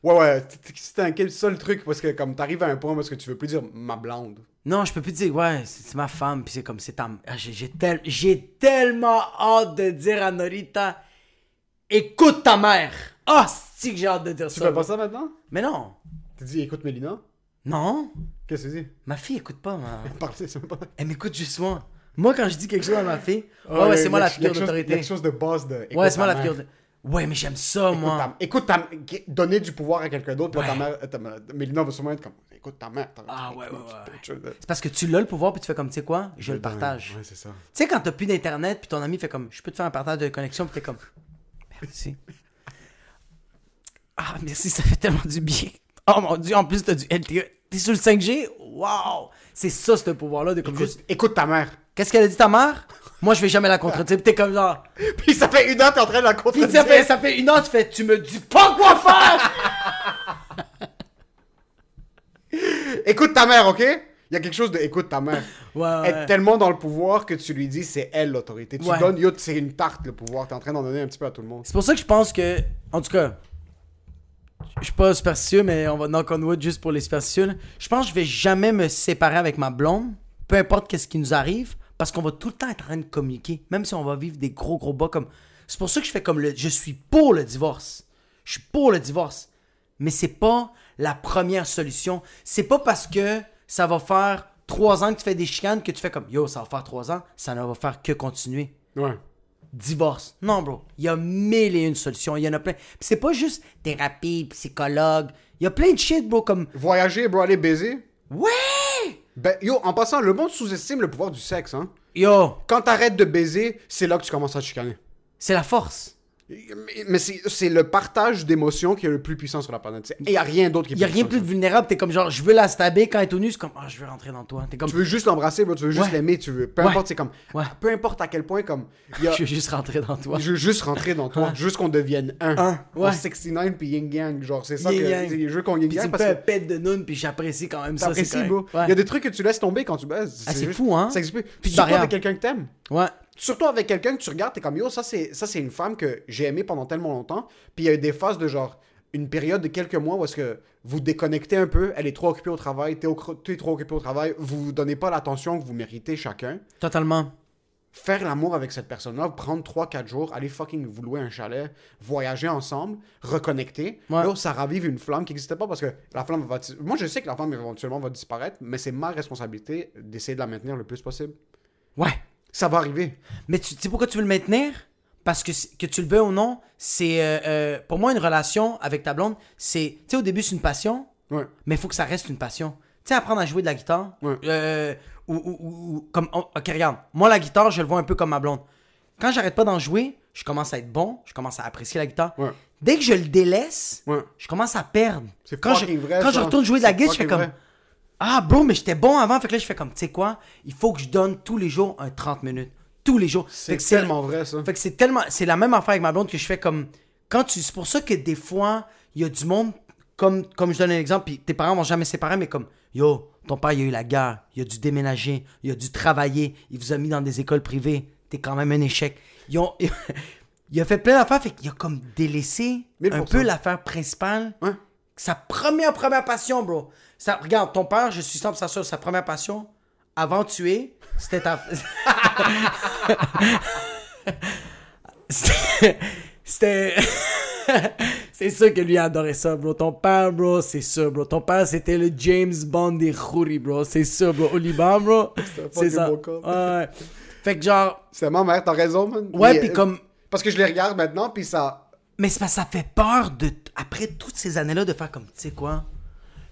Speaker 2: Ouais, ouais. t- t- C'était un quel seul truc parce que, comme, t'arrives à un point parce que tu veux plus dire ma blonde.
Speaker 3: Non, je peux plus dire, ouais, c'est c'est ma femme, puis c'est comme, c'est ta. Ah, J'ai j'ai tel- j'ai tellement hâte de dire à Norita, écoute ta mère. Ah, si que j'ai hâte de dire
Speaker 2: Tu
Speaker 3: ça.
Speaker 2: fais pas ça maintenant?
Speaker 3: Mais non.
Speaker 2: Tu dis, écoute, Mélina.
Speaker 3: Non.
Speaker 2: Qu'est-ce que tu dis?
Speaker 3: Ma fille écoute pas, moi.
Speaker 2: Parle, c'est même pas.
Speaker 3: Elle m'écoute juste moi. Moi, quand je dis quelque chose à ma fille, ouais, ouais, c'est moi la figure d'autorité.
Speaker 2: Ah Quelque chose de base de.
Speaker 3: Ouais,
Speaker 2: écoute
Speaker 3: c'est
Speaker 2: ta
Speaker 3: moi la
Speaker 2: mère.
Speaker 3: figure de. Ouais, mais j'aime ça,
Speaker 2: Écoute
Speaker 3: moi.
Speaker 2: ta- Écoute, ta... qui- donner du pouvoir à quelqu'un d'autre, puis là,
Speaker 3: Ouais.
Speaker 2: ta mère, euh, ta mère- Mélina va sûrement être comme, écoute ta mère. t'as-
Speaker 3: Ah, ouais, ouais,
Speaker 2: écoute,
Speaker 3: ouais,
Speaker 2: tu- tu-
Speaker 3: C'est parce que tu l'as le pouvoir, puis tu fais comme, tu sais quoi, je le
Speaker 2: Dedans,
Speaker 3: partage.
Speaker 2: Ouais, ben, c'est ça.
Speaker 3: Tu sais, quand t'as plus d'internet, puis ton ami fait comme, je peux te faire un partage de connexion, puis t'es comme, merci. Ah, merci, ça fait tellement du bien. Oh mon dieu, en plus, t'as du LTE. T'es sur le 5G? Waouh! C'est ça, ce pouvoir-là, de comme juste.
Speaker 2: Écoute, écoute ta mère.
Speaker 3: Qu'est-ce qu'elle a dit ta mère? Moi, je vais jamais la contredire, puis t'es comme genre.
Speaker 2: Puis ça fait une heure, t'es en train de la
Speaker 3: Puis
Speaker 2: contredire.
Speaker 3: ça fait, ça fait une heure, tu fais, tu me dis pas quoi faire!
Speaker 2: Écoute ta mère, ok? Il y a quelque chose de écoute ta mère.
Speaker 3: Ouais, ouais.
Speaker 2: Être tellement dans le pouvoir que tu lui dis c'est elle l'autorité. Tu
Speaker 3: Ouais.
Speaker 2: donnes, yo, c'est une tarte le pouvoir. T'es en train d'en donner un petit peu à tout le monde.
Speaker 3: C'est pour ça que je pense que, en tout cas, je suis pas superstitieux, mais on va knock on wood juste pour les superstitieux. là. Je pense que je vais jamais me séparer avec ma blonde, peu importe qu'est-ce qui nous arrive, parce qu'on va tout le temps être en train de communiquer, même si on va vivre des gros gros bas comme. C'est pour ça que je fais comme le, je suis pour le divorce. Je suis pour le divorce, mais c'est pas la première solution. C'est pas parce que ça va faire trois ans que tu fais des chicanes que tu fais comme yo ça va faire trois ans, ça ne va faire que continuer
Speaker 2: Ouais.
Speaker 3: divorce. Non, bro. Il y a mille et une solutions. Il y en a plein. Puis c'est pas juste thérapie, psychologue. Il y a plein de shit, bro, comme...
Speaker 2: Voyager, bro, aller baiser.
Speaker 3: Ouais!
Speaker 2: Ben, yo, en passant, le monde sous-estime le pouvoir du sexe, hein.
Speaker 3: Yo,
Speaker 2: Quand t'arrêtes de baiser, c'est là que tu commences à te chicaner.
Speaker 3: c'est la force.
Speaker 2: Mais, mais c'est c'est le partage d'émotions qui est le plus puissant sur la planète. C'est- Et il n'y a rien d'autre qui est
Speaker 3: Il y a rien
Speaker 2: puissant
Speaker 3: plus
Speaker 2: que
Speaker 3: de
Speaker 2: ça.
Speaker 3: vulnérable. T'es comme genre, je veux la stabber quand elle est au nu. C'est comme, ah, je veux rentrer dans toi. T'es comme,
Speaker 2: Tu veux juste l'embrasser, bro, tu veux juste
Speaker 3: Ouais.
Speaker 2: l'aimer, tu veux. Peu
Speaker 3: Ouais.
Speaker 2: importe, c'est comme.
Speaker 3: Ouais.
Speaker 2: Peu importe à quel point, comme. il y a-
Speaker 3: je veux juste rentrer dans toi.
Speaker 2: Je veux juste rentrer dans toi, juste qu'on devienne un.
Speaker 3: Un, ouais.
Speaker 2: En 69 puis Yin Yang, genre, c'est ça
Speaker 3: Yin Yang.
Speaker 2: que. Je veux qu'on Yin
Speaker 3: Puis tu
Speaker 2: Yang
Speaker 3: me
Speaker 2: parce
Speaker 3: fais un
Speaker 2: que.
Speaker 3: pet de noun, puis j'apprécie quand même ça.
Speaker 2: T'apprécies,
Speaker 3: correct.
Speaker 2: bro. Il y a
Speaker 3: Ouais.
Speaker 2: des trucs que tu laisses tomber quand tu baises.
Speaker 3: Ah, c'est
Speaker 2: juste-
Speaker 3: fou, hein.
Speaker 2: Ça explique.
Speaker 3: Puis
Speaker 2: Puis
Speaker 3: de
Speaker 2: surtout
Speaker 3: barrière.
Speaker 2: avec quelqu'un que t'aimes.
Speaker 3: Ouais.
Speaker 2: Surtout avec quelqu'un que tu regardes, t'es comme yo, ça c'est ça c'est une femme que j'ai aimée pendant tellement longtemps. Puis il y a eu des phases de genre une période de quelques mois où est-ce que vous déconnectez un peu, elle est trop occupée au travail, t'es, au- t'es trop occupé au travail, vous vous donnez pas l'attention que vous méritez chacun.
Speaker 3: Totalement.
Speaker 2: faire l'amour avec cette personne-là, prendre 3-4 jours, aller fucking vous louer un chalet, voyager ensemble, reconnecter.
Speaker 3: Ouais.
Speaker 2: Là, ça ravive une flamme qui n'existait pas parce que la flamme va. dis- Moi, je sais que la flamme éventuellement va disparaître, mais c'est ma responsabilité d'essayer de la maintenir le plus possible.
Speaker 3: Ouais.
Speaker 2: Ça va arriver.
Speaker 3: Mais tu tu sais pourquoi tu veux le maintenir? Parce que c'est- que tu le veux ou non, c'est. euh, euh, pour moi, une relation avec ta blonde, c'est. Tu sais, au début, c'est une passion,
Speaker 2: Ouais.
Speaker 3: mais il faut que ça reste une passion. Tu sais, apprendre à jouer de la guitare.
Speaker 2: Ouais.
Speaker 3: euh, ou, ou- ou- ou- comme. on- ok, regarde. Moi, la guitare, je le vois un peu comme ma blonde. Quand j'arrête pas d'en jouer, je commence à être bon, je commence à apprécier la guitare.
Speaker 2: Ouais.
Speaker 3: Dès que je le délaisse,
Speaker 2: Ouais.
Speaker 3: je commence à perdre.
Speaker 2: C'est
Speaker 3: Quand, je,
Speaker 2: fucking vrai,
Speaker 3: quand je
Speaker 2: ça.
Speaker 3: retourne jouer de la
Speaker 2: C'est
Speaker 3: guitare, je fais
Speaker 2: fucking
Speaker 3: comme.
Speaker 2: vrai.
Speaker 3: Ah, bro, mais j'étais bon avant. Fait que là, je fais comme, tu sais quoi, il faut que je donne tous les jours un 30 minutes. Tous les jours.
Speaker 2: C'est
Speaker 3: Fait que
Speaker 2: tellement vrai, ça.
Speaker 3: Fait que c'est tellement. C'est la même affaire avec ma blonde que je fais comme. Quand tu. C'est pour ça que des fois, il y a du monde, comme, comme je donne un exemple, puis tes parents vont jamais se séparer, mais comme, yo, ton père, il a eu la guerre, il a dû déménager, il a dû travailler, il vous a mis dans des écoles privées, t'es quand même un échec. Ils ont. Il a fait plein d'affaires, fait qu'il a comme délaissé un
Speaker 2: 1000%.
Speaker 3: peu l'affaire principale
Speaker 2: Ouais.
Speaker 3: sa première, première passion, bro. Ça, regarde, ton père, je suis 100% sûr, sa première passion, avant de tuer, c'était ta... C'était- c'était... c'est sûr que lui adorait ça, bro. Ton père, bro, c'est sûr, bro. Ton père, c'était le James Bond des Khouris, bro. C'est sûr, bro. Au Liban, bro. C'est
Speaker 2: fucking
Speaker 3: ça.
Speaker 2: bon cop.
Speaker 3: Ouais. Fait que genre...
Speaker 2: C'est ma mère, t'as raison, man.
Speaker 3: Ouais,
Speaker 2: Mais,
Speaker 3: puis
Speaker 2: euh,
Speaker 3: comme...
Speaker 2: Parce que je les regarde maintenant, puis ça.
Speaker 3: Mais c'est parce que ça fait peur de après toutes ces années-là de faire comme tu sais quoi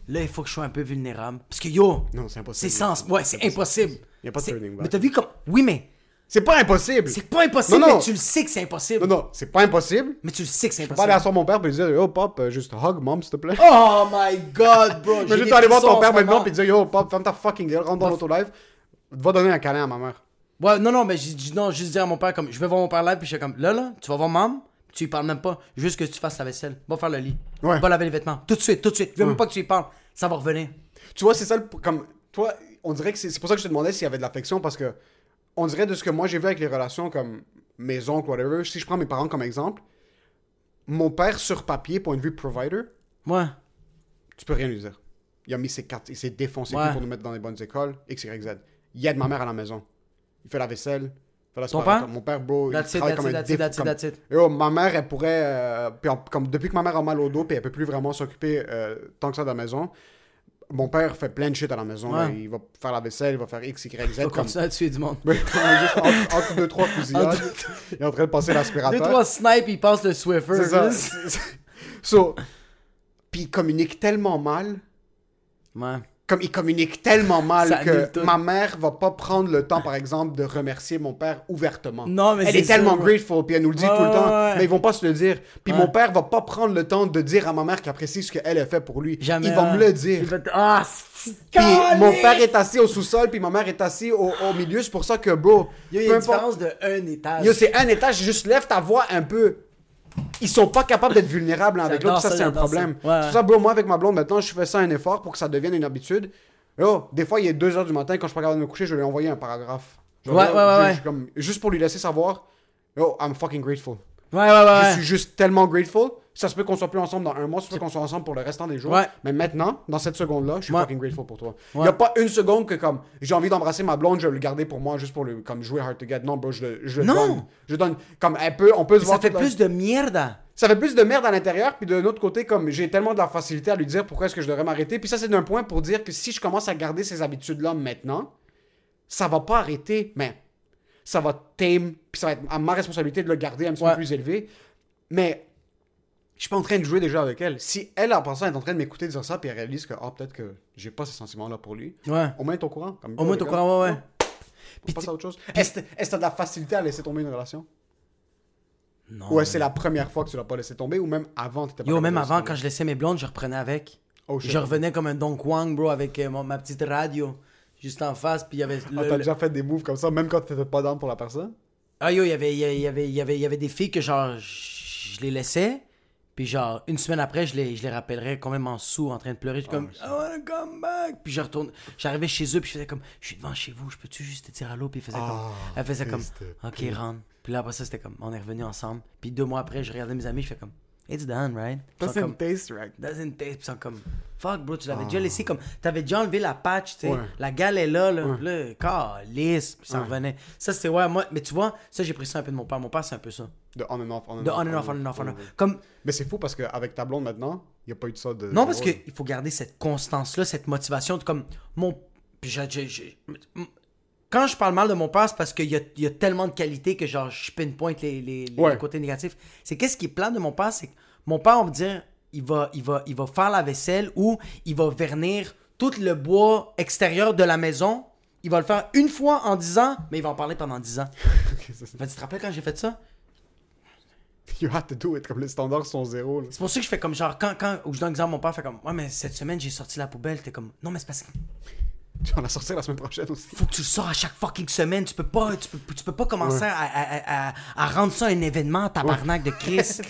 Speaker 3: Là, il faut que je sois un peu vulnérable parce que yo,
Speaker 2: Non, c'est
Speaker 3: c'est
Speaker 2: impossible.
Speaker 3: sens ouais, c'est impossible.
Speaker 2: Y a pas de
Speaker 3: C'est-
Speaker 2: turning back.
Speaker 3: Mais t'as vu comme oui mais
Speaker 2: C'est pas impossible.
Speaker 3: c'est pas impossible
Speaker 2: Non, non.
Speaker 3: mais tu le sais que c'est impossible.
Speaker 2: Non, non, c'est pas impossible.
Speaker 3: Mais tu le sais que c'est
Speaker 2: Je peux pas aller
Speaker 3: impossible.
Speaker 2: asseoir mon père et lui dire Yo, pop, euh, juste hug, mom, s'il te plaît.
Speaker 3: Oh my god, bro.
Speaker 2: Mais
Speaker 3: j'ai
Speaker 2: juste
Speaker 3: des
Speaker 2: aller voir
Speaker 3: frissons
Speaker 2: ton
Speaker 3: en
Speaker 2: père
Speaker 3: ce moment.
Speaker 2: maintenant et dire Yo, pop, ferme ta fucking gueule, rentre dans l'autolive. Va donner un câlin à ma mère.
Speaker 3: Ouais, non non, mais j'ai dit non, juste dire à mon père comme je vais voir mon père live puis je suis comme là là, tu vas voir maman, tu lui parles même pas, juste que tu fasses la vaisselle, va faire le lit,
Speaker 2: Ouais.
Speaker 3: va laver les vêtements, tout de suite, tout de suite. Je veux même pas que tu lui parles, ça va revenir.
Speaker 2: Tu vois, c'est ça, le- comme. Toi, on dirait que c'est c'est pour ça que je te demandais s'il y avait de l'affection parce que. On dirait de ce que moi j'ai vu avec les relations comme mes oncles, whatever. Si je prends mes parents comme exemple, mon père sur papier, point de vue provider,
Speaker 3: Ouais.
Speaker 2: tu peux rien lui dire. Il a mis ses cartes, il s'est défoncé
Speaker 3: Ouais.
Speaker 2: tout pour nous mettre dans les bonnes écoles, X, Y, Z. Il aide ma mère à la maison. Il fait la vaisselle, il fait la
Speaker 3: Ton
Speaker 2: séparation.
Speaker 3: père?
Speaker 2: Mon père, bro,
Speaker 3: That's
Speaker 2: il
Speaker 3: it,
Speaker 2: travaille
Speaker 3: that's
Speaker 2: comme
Speaker 3: it,
Speaker 2: un
Speaker 3: that's
Speaker 2: déf-
Speaker 3: it, that's it,
Speaker 2: comme-
Speaker 3: that's it.
Speaker 2: Yo, oh, ma mère, elle pourrait... euh, puis en- comme depuis que ma mère a mal au dos, puis elle peut plus vraiment s'occuper euh, tant que ça de la maison, mon père fait plein de shit à la maison.
Speaker 3: Ouais.
Speaker 2: là. Il va faire la vaisselle, il va faire X, Y, Z.
Speaker 3: Faut
Speaker 2: Comme...
Speaker 3: continuer à tuer du monde.
Speaker 2: Mais juste entre, entre deux, trois fusillades,
Speaker 3: Entre
Speaker 2: il est en train de passer
Speaker 3: Deux,
Speaker 2: l'aspirateur.
Speaker 3: trois snipes, il passe le Swiffer.
Speaker 2: C'est ça.
Speaker 3: juste.
Speaker 2: so, puis il communique tellement mal...
Speaker 3: Ouais.
Speaker 2: comme il communique tellement mal
Speaker 3: Ça annule
Speaker 2: que
Speaker 3: tout.
Speaker 2: ma mère va pas prendre le temps, par exemple, de remercier mon père ouvertement.
Speaker 3: Non, mais
Speaker 2: elle
Speaker 3: c'est
Speaker 2: est, tellement
Speaker 3: sûr, ouais.
Speaker 2: grateful, puis elle nous le dit
Speaker 3: Ouais,
Speaker 2: tout le temps,
Speaker 3: ouais, ouais.
Speaker 2: mais ils vont pas se le dire. Puis
Speaker 3: Ouais.
Speaker 2: mon père va pas prendre le temps de dire à ma mère qu'il apprécie ce qu'elle a fait pour lui.
Speaker 3: Jamais.
Speaker 2: il va
Speaker 3: hein.
Speaker 2: me le dire.
Speaker 3: Il va te- Ah, c'est-
Speaker 2: Puis mon
Speaker 3: Calé!
Speaker 2: père est assis au sous-sol, puis ma mère est assise au, au milieu. C'est pour ça que, bro,
Speaker 3: Yo, il y
Speaker 2: peu
Speaker 3: a une
Speaker 2: importe-
Speaker 3: différence de un étage.
Speaker 2: Yo, c'est un étage, juste lève ta voix un peu. Ils sont pas capables d'être vulnérables l'un avec
Speaker 3: J'adore
Speaker 2: l'autre, ça,
Speaker 3: ça,
Speaker 2: c'est un
Speaker 3: j'adore
Speaker 2: problème.
Speaker 3: ça. Ouais,
Speaker 2: C'est
Speaker 3: ouais.
Speaker 2: ça, bro, moi avec ma blonde, maintenant, je fais ça un effort pour que ça devienne une habitude. Yo, des fois, il est 2h du matin, quand je suis pas capable de me coucher, je vais lui envoyer un paragraphe. Je
Speaker 3: Ouais,
Speaker 2: vais-
Speaker 3: ouais, ouais,
Speaker 2: je-
Speaker 3: ouais.
Speaker 2: je- comme- juste pour lui laisser savoir, yo, I'm fucking grateful.
Speaker 3: Ouais, ouais, ouais.
Speaker 2: Je suis juste tellement grateful. Ça se peut qu'on soit plus ensemble dans un mois, ça se peut qu'on soit ensemble pour le restant des jours.
Speaker 3: Ouais.
Speaker 2: Mais maintenant, dans cette seconde-là, je suis
Speaker 3: Ouais.
Speaker 2: fucking grateful pour toi. Il
Speaker 3: Ouais.
Speaker 2: n'y a pas une seconde que comme j'ai envie d'embrasser ma blonde, je vais le garder pour moi juste pour le comme jouer hard to get. Non, bro, je le, je le
Speaker 3: Non.
Speaker 2: donne. Je donne comme un peu, on peut se
Speaker 3: Ça
Speaker 2: voir
Speaker 3: fait
Speaker 2: tout le-
Speaker 3: plus de mierda.
Speaker 2: ça fait plus de merde à l'intérieur, puis de l'autre côté, comme j'ai tellement de la facilité à lui dire pourquoi est-ce que je devrais m'arrêter. Puis ça, c'est d'un point pour dire que si je commence à garder ces habitudes-là maintenant, ça va pas arrêter, mais ça va tame, puis ça va être à ma responsabilité de le garder un petit
Speaker 3: Ouais.
Speaker 2: peu plus élevé. Mais je suis pas en train de jouer déjà avec elle. Si elle, en pensant, elle est en train de m'écouter dire ça, puis elle réalise que, ah, peut-être que j'ai pas ce sentiment-là pour lui,
Speaker 3: Ouais.
Speaker 2: au moins elle est au courant. Comme,
Speaker 3: Au moins,
Speaker 2: Oh,
Speaker 3: t'es au
Speaker 2: les gars,
Speaker 3: courant, ouais, ouais.
Speaker 2: On passe à autre chose. Est-ce que est-ce que t'as de la facilité à laisser tomber une relation
Speaker 3: Non.
Speaker 2: Ou est-ce que c'est la première fois que tu l'as pas laissé tomber, ou même avant, t'étais pas capable
Speaker 3: Yo,
Speaker 2: de
Speaker 3: même
Speaker 2: laisser
Speaker 3: avant,
Speaker 2: tomber?
Speaker 3: quand je laissais mes blondes, je reprenais avec.
Speaker 2: Oh, shit.
Speaker 3: je revenais comme un Don Juan, bro, avec euh, mon- ma petite radio. Juste en face, puis il y avait. le-
Speaker 2: Ah, t'as
Speaker 3: le-
Speaker 2: déjà fait des moves comme ça, même quand t'étais pas down pour la personne?
Speaker 3: Ah yo, il y avait- il y avait- il y avait- il y avait- il y avait des filles que genre, je je les laissais, puis genre, une semaine après, je les, je les rappellerais quand même en sous, en train de pleurer. Je suis comme, I wanna come back. Puis je retourne, j'arrivais chez eux, puis je faisais comme, je suis devant chez vous, je peux-tu juste te dire allô? Puis ils faisaient comme,
Speaker 2: Ah,
Speaker 3: elle faisait comme,
Speaker 2: fils de
Speaker 3: ok, rentre. Puis là, après ça, c'était comme, on est revenu ensemble. Puis deux mois après, je regardais mes amis, je fais comme, It's done, right? Ils sont
Speaker 4: Doesn't
Speaker 3: comme,
Speaker 4: taste right.
Speaker 3: doesn't taste. Ils sont comme, fuck, bro, tu l'avais déjà laissé comme. T'avais déjà enlevé la patch, tu sais. La gale est là, là. Le calice, puis ça revenait. Ça, c'est ouais, moi. Mais tu vois, ça, j'ai pris ça un peu de mon père. Mon père, c'est un peu ça.
Speaker 2: De on and off, on and
Speaker 3: De
Speaker 2: off.
Speaker 3: on and off, on and off, on and off. Comme,
Speaker 2: Mais c'est fou parce qu'avec ta blonde maintenant, il n'y a pas eu de ça de.
Speaker 3: Non, parce
Speaker 2: de-
Speaker 3: qu'il faut garder cette constance-là, cette motivation de comme mon. puis je- je- je- m- Quand je parle mal de mon père, c'est parce qu'il y a, il y a tellement de qualités que genre je pinpoint les, les, les
Speaker 2: Ouais.
Speaker 3: côtés négatifs. C'est qu'est-ce qui est plat de mon père, c'est que mon père, on va dire, il va, il, va, il va faire la vaisselle ou il va vernir tout le bois extérieur de la maison. Il va le faire une fois en 10 ans, mais il va en parler pendant 10 ans. Ben, tu te rappelles quand j'ai fait ça?
Speaker 2: You had to do it, comme les standards sont zéro. là.
Speaker 3: C'est pour ça que je fais comme genre, quand, quand, ou je donne exemple, mon père fait comme, ouais, mais cette semaine j'ai sorti la poubelle, t'es comme, non, mais c'est parce que
Speaker 2: Tu vas la sortir la semaine prochaine aussi.
Speaker 3: faut que tu le sors à chaque fucking semaine. Tu peux pas, tu peux, tu peux pas commencer à, à- à- à- à rendre ça un événement, tabarnak de Chris.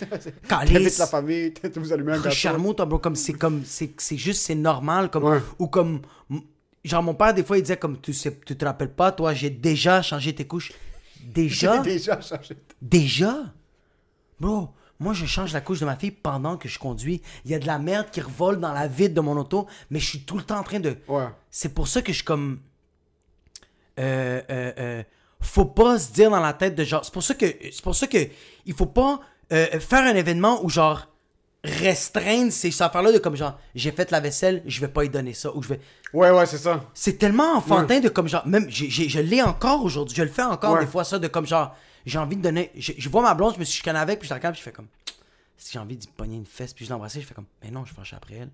Speaker 2: T'invites
Speaker 3: Calice.
Speaker 2: la famille, t- vous allumez un gâteau.
Speaker 3: Charmant, toi, bro, comme c'est comme c'est c'est juste c'est normal comme
Speaker 2: Ouais.
Speaker 3: ou comme m- genre mon père des fois il disait comme tu sais tu te rappelles pas toi j'ai déjà changé tes couches déjà
Speaker 2: J'ai déjà changé.
Speaker 3: Déjà? Bro, moi je change la couche de ma fille pendant que je conduis. Il y a de la merde qui revole dans la vitre de mon auto, mais je suis tout le temps en train de.
Speaker 2: Ouais.
Speaker 3: C'est pour ça que je suis comme. Euh, euh, euh, faut pas se dire dans la tête de genre. C'est pour ça que. C'est pour ça que. Il faut pas euh, faire un événement où genre. Restreindre ces affaires-là de comme genre. J'ai fait la vaisselle, je vais pas y donner ça. Ou je vais.
Speaker 2: Ouais, ouais, c'est ça.
Speaker 3: C'est tellement enfantin de comme genre. Même, j'ai- j'ai- je l'ai encore aujourd'hui. Je le fais encore
Speaker 2: Ouais.
Speaker 3: des fois, ça, de comme genre. J'ai envie de donner. Je, je vois ma blonde, je me suis chicané avec, puis je la regarde, puis je fais comme. Si j'ai envie d'y pogner une fesse, puis je l'embrassais, je fais comme. Mais non, je suis fâché après elle.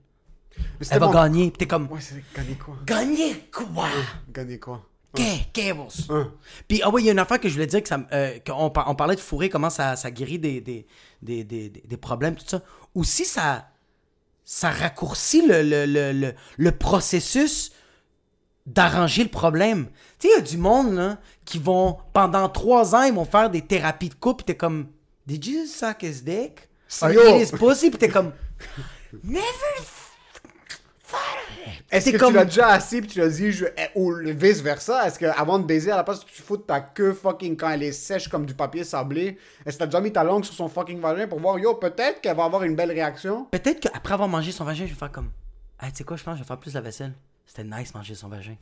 Speaker 2: Mais c'est
Speaker 3: Elle va
Speaker 2: tellement-
Speaker 3: gagner, puis t'es comme.
Speaker 2: Ouais, c'est gagner quoi
Speaker 3: Gagner quoi?
Speaker 2: Gagner quoi
Speaker 3: Qu'est- qu'est, boss?
Speaker 2: Hein.
Speaker 3: Puis, ah oui, il y a une affaire que je voulais dire, que ça, me- euh, qu'on par- on parlait de fourrer, comment ça, ça guérit des, des, des, des, des- des problèmes, tout ça. Aussi, ça, ça raccourcit le, le, le, le, le processus d'arranger le problème. Tu sais, il y a du monde, là, qui vont, pendant trois ans, ils vont faire des thérapies de couple, puis t'es comme, Did you suck his dick? Or
Speaker 2: Ah, Yo!
Speaker 3: it is pussy, puis t'es comme, Never!
Speaker 2: Est-ce
Speaker 3: C'est
Speaker 2: que
Speaker 3: comme-
Speaker 2: tu l'as déjà assis puis tu l'as dit je... eh, ou le vice versa Est-ce que avant de baiser à la place tu fous de ta queue fucking quand elle est sèche comme du papier sablé Est-ce que t'as déjà mis ta langue sur son fucking vagin pour voir yo peut-être qu'elle va avoir une belle réaction
Speaker 3: Peut-être qu'après avoir mangé son vagin, je vais faire comme. Ah, tu sais quoi, je pense que je vais faire plus la vaisselle. C'était nice manger son vagin.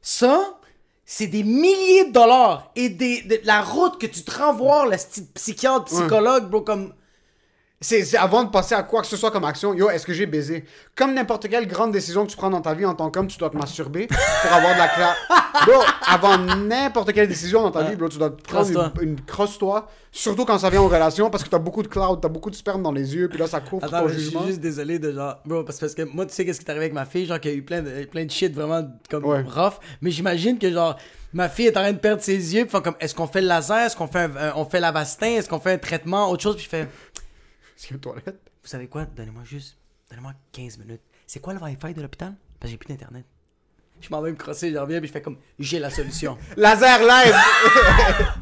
Speaker 3: Ça, c'est des milliers de dollars et des, de la route que tu te renvoies, le style psychiatre, psychologue, bro, comme.
Speaker 2: C'est c'est avant de passer à quoi que ce soit comme action. Yo, est-ce que j'ai baisé Comme n'importe quelle grande décision que tu prends dans ta vie en tant qu'homme, tu dois te masturber pour avoir de la classe. Bro, avant n'importe quelle décision dans ta vie, bro, tu dois te prendre
Speaker 3: Crosse-toi.
Speaker 2: une, une crosse-toi. Surtout quand ça vient aux relations parce que t'as beaucoup de cloud, t'as beaucoup de sperme dans les yeux, puis là ça couvre ton jugement.
Speaker 3: désolé de genre. Bro, parce, parce que moi, tu sais qu'est-ce qui est arrivé avec ma fille, genre, qu'il y a eu plein de, plein de shit vraiment comme
Speaker 2: Ouais.
Speaker 3: rough. Mais j'imagine que genre. Ma fille est en train de perdre ses yeux, puis font comme est-ce qu'on fait le laser, est-ce qu'on fait un- un- on fait l'avastin, est-ce qu'on fait un traitement, autre chose, puis je fais
Speaker 2: C'est une toilette.
Speaker 3: Vous savez quoi? Donnez-moi juste. Donnez-moi 15 minutes. C'est quoi le Wi-Fi de l'hôpital? Parce que j'ai plus d'Internet. Je m'en vais me crosser, je reviens, puis je fais comme. J'ai la solution.
Speaker 2: Laser live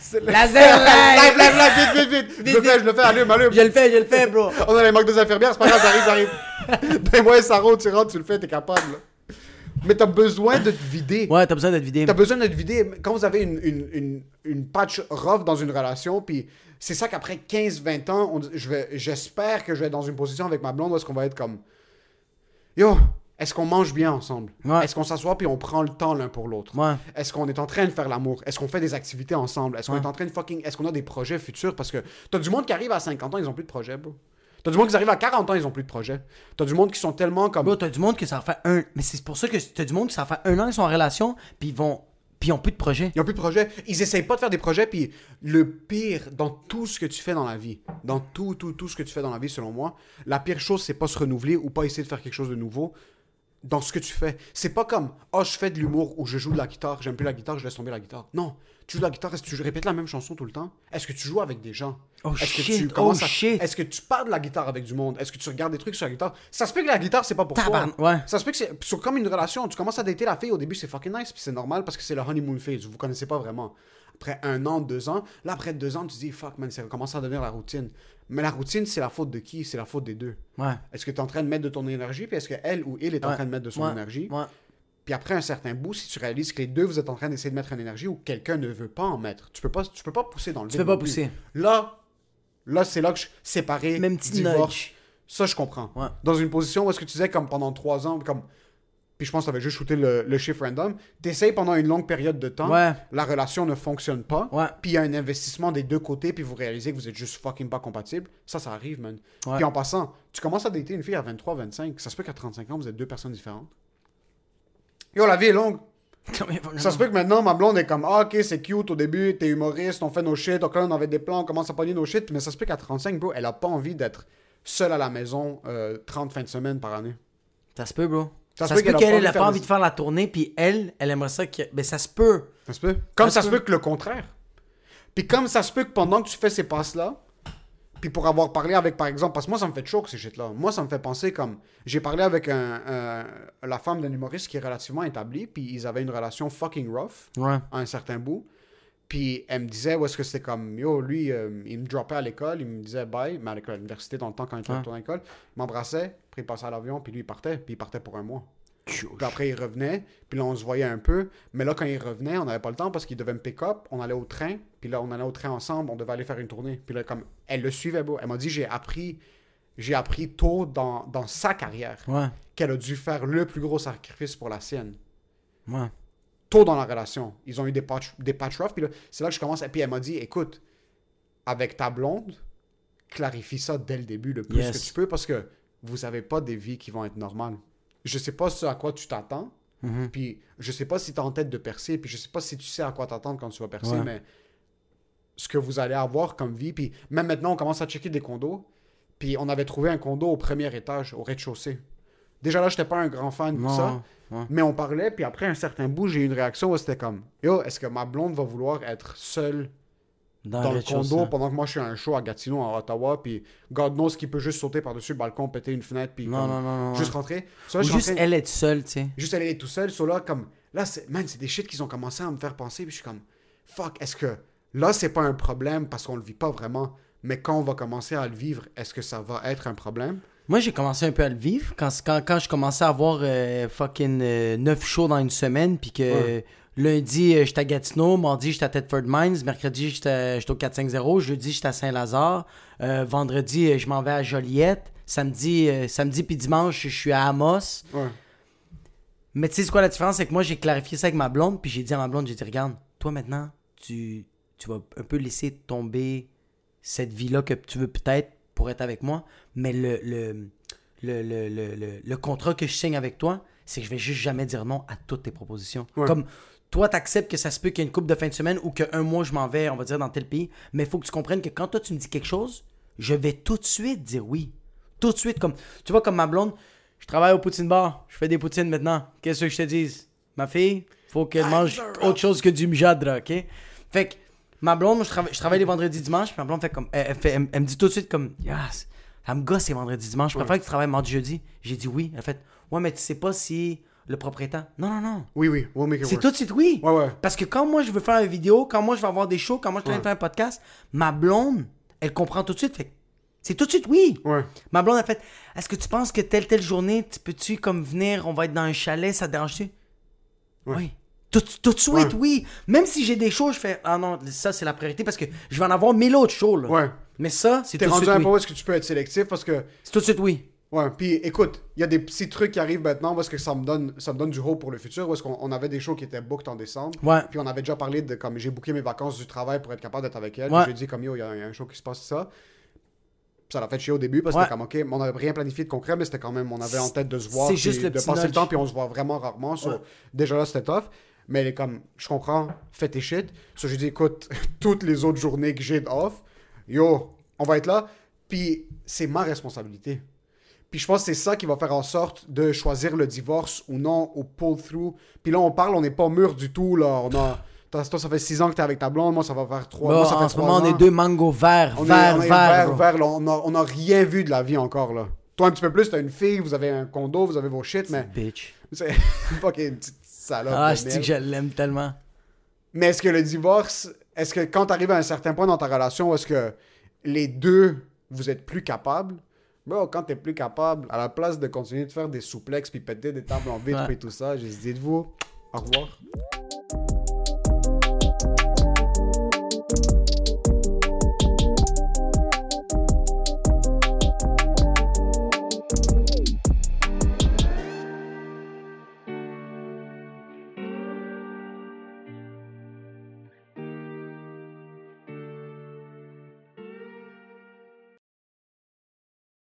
Speaker 2: C'est le-
Speaker 3: Laser live!
Speaker 2: Live, live, live, vite, vite, vite Je le fais, je le fais, allume, allume
Speaker 3: je le fais, je le fais, bro!
Speaker 2: On a les manques des infirmières, c'est pas grave, j'arrive, j'arrive Donne-moi un sarreau, tu rentres, tu le fais, t'es capable là. Mais t'as besoin de te vider
Speaker 3: Ouais, t'as besoin d'être vidé.
Speaker 2: T'as besoin d'être vidé. Quand vous avez une, une, une, une patch rough dans une relation, puis c'est ça qu'après 15-20 ans, on- je vais- j'espère que je vais être dans une position avec ma blonde où est-ce qu'on va être comme Yo, est-ce qu'on mange bien ensemble
Speaker 3: Ouais.
Speaker 2: Est-ce qu'on s'assoit puis on prend le temps l'un pour l'autre
Speaker 3: Ouais.
Speaker 2: Est-ce qu'on est en train de faire l'amour Est-ce qu'on fait des activités ensemble Est-ce qu'on
Speaker 3: Ouais.
Speaker 2: est en train de fucking. Est-ce qu'on a des projets futurs Parce que t'as du monde qui arrive à 50 ans, ils ont plus de projet, bro. T'as du monde qui arrive à 40 ans, ils ont plus de projet. T'as du monde qui sont tellement comme.
Speaker 3: Bro, t'as du monde que ça fait un. Mais c'est pour ça que t'as du monde que ça fait un an qu'ils sont en relation, puis ils vont. Puis ils ont plus de projet.
Speaker 2: Ils n'ont plus de projet. Ils essayent pas de faire des projets. Puis le pire dans tout ce que tu fais dans la vie, dans tout, tout, tout ce que tu fais dans la vie, selon moi, la pire chose, c'est pas se renouveler ou pas essayer de faire quelque chose de nouveau dans ce que tu fais. C'est pas comme, oh, je fais de l'humour ou je joue de la guitare, j'aime plus la guitare, je laisse tomber la guitare. Non. Tu joues de la guitare, est-ce que tu répètes la même chanson tout le temps Est-ce que tu joues avec des gens
Speaker 3: Oh
Speaker 2: Est-ce que
Speaker 3: shit,
Speaker 2: tu commences
Speaker 3: oh
Speaker 2: à-
Speaker 3: shit.
Speaker 2: Est-ce que tu parles de la guitare avec du monde Est-ce que tu regardes des trucs sur la guitare Ça se peut que la guitare, c'est pas pour
Speaker 3: Tabarn-
Speaker 2: toi.
Speaker 3: ouais.
Speaker 2: Ça se peut que c'est sur- comme une relation. Tu commences à dater la fille, au début c'est fucking nice, puis c'est normal parce que c'est le honeymoon phase, vous vous connaissez pas vraiment. Après un an, deux ans, là après deux ans, tu dis fuck man, ça commence à devenir la routine. Mais la routine, c'est la faute de qui C'est la faute des deux.
Speaker 3: Ouais.
Speaker 2: Est-ce que tu es en train de mettre de ton énergie, puis est-ce que elle ou il est en
Speaker 3: Ouais.
Speaker 2: train de mettre de son
Speaker 3: Ouais.
Speaker 2: énergie
Speaker 3: Ouais.
Speaker 2: Puis après un certain bout, si tu réalises que les deux, vous êtes en train d'essayer de mettre une énergie où quelqu'un ne veut pas en mettre, tu peux pas, tu peux pas pousser dans le
Speaker 3: Tu
Speaker 2: vide
Speaker 3: peux pas
Speaker 2: non plus.
Speaker 3: pousser.
Speaker 2: Là, là c'est là que je séparé,
Speaker 3: Même petit
Speaker 2: divorce.
Speaker 3: nudge.
Speaker 2: Ça, je comprends.
Speaker 3: Ouais.
Speaker 2: Dans une position où est-ce que tu disais comme pendant trois ans, comme puis je pense que t'avais juste shooté le, le chiffre random, t'essayes pendant une longue période de temps,
Speaker 3: Ouais.
Speaker 2: la relation ne fonctionne pas,
Speaker 3: Ouais.
Speaker 2: puis il y a un investissement des deux côtés, puis vous réalisez que vous êtes juste fucking pas compatible, ça, ça arrive, man.
Speaker 3: Ouais.
Speaker 2: Puis en passant, tu commences à dater une fille à 23, 25, ça se peut qu'à 35 ans, vous êtes deux personnes différentes. Yo, la vie est longue. Ça se peut que maintenant, ma blonde est comme, ah, ok, c'est cute au début, t'es humoriste, on fait nos shit, ok, on avait des plans, on commence à pogner nos shit, mais ça se peut qu'à 35, bro, elle a pas envie d'être seule à la maison euh, 30 fins de semaine par année.
Speaker 3: Ça se peut, bro.
Speaker 2: Ça
Speaker 3: Ça,
Speaker 2: se peut
Speaker 3: se peut
Speaker 2: qu'elle a
Speaker 3: qu'elle
Speaker 2: pas
Speaker 3: elle
Speaker 2: envie de
Speaker 3: a pas
Speaker 2: faire
Speaker 3: envie
Speaker 2: des-
Speaker 3: de faire la tournée, puis elle, elle aimerait ça que. Ben, ça se peut.
Speaker 2: Ça se peut. Comme ça,
Speaker 3: Ça
Speaker 2: se
Speaker 3: se
Speaker 2: peut que le contraire. Puis comme ça se peut que pendant que tu fais ces passes-là, puis pour avoir parlé avec, par exemple, parce que moi, ça me fait chaud que ces shit-là. Moi, ça me fait penser comme. J'ai parlé avec un, un- la femme d'un humoriste qui est relativement établie, puis ils avaient une relation fucking rough
Speaker 3: Ouais.
Speaker 2: à un certain bout. Puis elle me disait, où est-ce que c'était comme, yo, lui, euh, il me dropait à l'école, il me disait bye, mais à l'école, à l'université, dans le temps, quand il était
Speaker 3: Ouais.
Speaker 2: retourné à l'école, il m'embrassait, puis il passait à l'avion, puis lui, il partait, puis il partait pour un mois. Puis après, il revenait, puis là, on se voyait un peu. Mais là, quand il revenait, on n'avait pas le temps parce qu'il devait me pick-up. On allait au train, puis là, on allait au train ensemble, on devait aller faire une tournée. Puis là, comme, elle le suivait, bro. Elle m'a dit, j'ai appris, j'ai appris tôt dans, dans sa carrière
Speaker 3: Ouais.
Speaker 2: qu'elle a dû faire le plus gros sacrifice pour la sienne
Speaker 3: Ouais.
Speaker 2: tôt dans la relation. Ils ont eu des patch, des patch rough. Puis là, c'est là que je commence. Et puis elle m'a dit écoute, avec ta blonde, clarifie ça dès le début le plus
Speaker 3: Yes.
Speaker 2: que tu peux parce que vous n'avez pas des vies qui vont être normales. Je sais pas ce à quoi tu t'attends.
Speaker 3: Mhm.
Speaker 2: Puis je sais pas si tu es en tête de percer. Puis je sais pas si tu sais à quoi t'attendre quand tu vas percer.
Speaker 3: Ouais.
Speaker 2: Mais ce que vous allez avoir comme vie. Puis même maintenant, on commence à checker des condos. Puis on avait trouvé un condo au premier étage, au rez-de-chaussée. Déjà là, j'étais pas un grand fan de
Speaker 3: Non.
Speaker 2: ça.
Speaker 3: Ouais.
Speaker 2: Mais on parlait, puis après un certain bout, j'ai eu une réaction où c'était comme Yo, est-ce que ma blonde va vouloir être seule
Speaker 3: Dans,
Speaker 2: dans le
Speaker 3: rez-de-chaussée.
Speaker 2: condo pendant que moi je suis à un show à Gatineau, en Ottawa, puis God knows qui peut juste sauter par-dessus le balcon, péter une fenêtre, puis
Speaker 3: Non,
Speaker 2: comme,
Speaker 3: non, non, non,
Speaker 2: juste
Speaker 3: ouais.
Speaker 2: rentrer So, là,
Speaker 3: Ou
Speaker 2: je suis en
Speaker 3: juste
Speaker 2: train-
Speaker 3: elle être seule, tu sais.
Speaker 2: juste aller tout seul. So là, comme, là, c'est, man, c'est des shit qu'ils ont commencé à me faire penser. Puis je suis comme, fuck, est-ce que là, c'est pas un problème parce qu'on le vit pas vraiment, mais quand on va commencer à le vivre, est-ce que ça va être un problème
Speaker 3: Moi, j'ai commencé un peu à le vivre quand, quand, quand je commençais à avoir euh, fucking 9 shows dans une semaine, puis que
Speaker 2: Ouais.
Speaker 3: euh, lundi, euh, j'étais à Gatineau, mardi, j'étais à Tedford Mines, mercredi, j'étais j'étais au 450, jeudi, j'étais à Saint-Lazare, euh, vendredi, euh, je m'en vais à Joliette, samedi, euh, samedi puis dimanche, je suis à Amos.
Speaker 2: Ouais.
Speaker 3: Mais tu sais c'est quoi la différence, c'est que moi, j'ai clarifié ça avec ma blonde, puis j'ai dit à ma blonde, j'ai dit, regarde, toi maintenant, tu, tu vas un peu laisser tomber cette vie-là que tu veux peut-être pour être avec moi, mais le, le, le, le, le, le- le contrat que je signe avec toi, c'est que je vais juste jamais dire non à toutes tes propositions.
Speaker 2: Ouais.
Speaker 3: Comme toi, t'acceptes que ça se peut qu'il y ait une coupe de fin de semaine ou qu'un mois, je m'en vais, on va dire, dans tel pays, mais il faut que tu comprennes que quand toi, tu me dis quelque chose, je vais tout de suite dire oui. Tout de suite, comme, tu vois, comme ma blonde, je travaille au poutine bar, je fais des poutines maintenant, qu'est-ce que je te dise? Ma fille, faut qu'elle mange autre chose que du mjadra, ok? Fait que, Ma blonde, moi, je, trava- je travaille les vendredis dimanches, puis ma blonde fait comme elle, elle fait- elle- elle me dit tout de suite comme yes, ça me gosse les vendredis dimanches, je préfère que tu travailles mardi jeudi. J'ai dit oui, elle fait ouais mais tu sais pas si le propriétaire. Non non non.
Speaker 2: Oui, oui, we'll make it
Speaker 3: C'est
Speaker 2: work.
Speaker 3: tout de suite oui.
Speaker 2: Ouais, ouais.
Speaker 3: Parce que quand moi je veux faire une vidéo, quand moi je vais avoir des shows, quand moi je vais faire un podcast, ma blonde, elle comprend tout de suite fait que c'est tout de suite oui.
Speaker 2: Ouais.
Speaker 3: Ma blonde a fait Est-ce que tu penses que telle telle journée, tu peux-tu comme venir, on va être dans un chalet, ça te dérange-tu Oui. Tout, tout de suite,
Speaker 2: Ouais.
Speaker 3: oui. Même si j'ai des shows, je fais Ah non, ça c'est la priorité parce que je vais en avoir mille autres shows. Là.
Speaker 2: Ouais.
Speaker 3: Mais ça, c'est
Speaker 2: T'es
Speaker 3: tout de
Speaker 2: rendu à
Speaker 3: suite
Speaker 2: un point
Speaker 3: oui.
Speaker 2: où est-ce que tu peux être sélectif parce que
Speaker 3: C'est tout de suite oui.
Speaker 2: Ouais, puis écoute, il y a des petits trucs qui arrivent maintenant parce que ça me donne, ça me donne du hope pour le futur. Parce qu'on on avait des shows qui étaient booked en décembre.
Speaker 3: Ouais.
Speaker 2: Puis on avait déjà parlé de comme j'ai booké mes vacances du travail pour être capable d'être avec elle.
Speaker 3: Ouais.
Speaker 2: J'ai dit comme yo, il y, a un- il y a un show qui se passe ça. Puis Ça l'a fait chier au début parce que
Speaker 3: Ouais.
Speaker 2: c'était comme ok, mais on n'avait rien planifié de concret, mais c'était quand même, on avait en tête de se voir.
Speaker 3: C'est
Speaker 2: puis
Speaker 3: juste le
Speaker 2: de
Speaker 3: petit
Speaker 2: passer le
Speaker 3: nudge.
Speaker 2: temps, puis on se voit vraiment rarement. so,
Speaker 3: Ouais.
Speaker 2: Déjà là, c'était tough. Mais elle est comme, je comprends, fais tes shit. So, j'ai dit, écoute, toutes les autres journées que j'ai off, yo, on va être là. Puis c'est ma responsabilité. Puis je pense que c'est ça qui va faire en sorte de choisir le divorce ou non, ou pull-through. Puis là, on parle, on n'est pas mûr du tout. Là. On a... Toi, toi, ça fait six ans que t'es avec ta blonde. Moi, ça va faire trois
Speaker 3: Bon,
Speaker 2: moi, ça fait
Speaker 3: Bah, en ce
Speaker 2: trois
Speaker 3: moment,
Speaker 2: ans.
Speaker 3: on est deux mangos verts,
Speaker 2: On est-
Speaker 3: verts,
Speaker 2: on est
Speaker 3: verts. bro.
Speaker 2: verts, là. On a, on a rien vu de la vie encore, là. Toi, un petit peu plus, t'as une fille, vous avez un condo, vous avez vos shit, mais...
Speaker 3: Bitch.
Speaker 2: C'est fucking petite salope.
Speaker 3: Ah,
Speaker 2: de
Speaker 3: je dis
Speaker 2: merde.
Speaker 3: que je l'aime tellement.
Speaker 2: Mais est-ce que le divorce, est-ce que quand tu arrives à un certain point dans ta relation, est-ce que les deux, vous êtes plus capables Bro, quand t'es plus capable, à la place de continuer de faire des souplexes puis péter des tables en vitre
Speaker 3: Ouais.
Speaker 2: et tout ça, j'ai dit de vous, au revoir.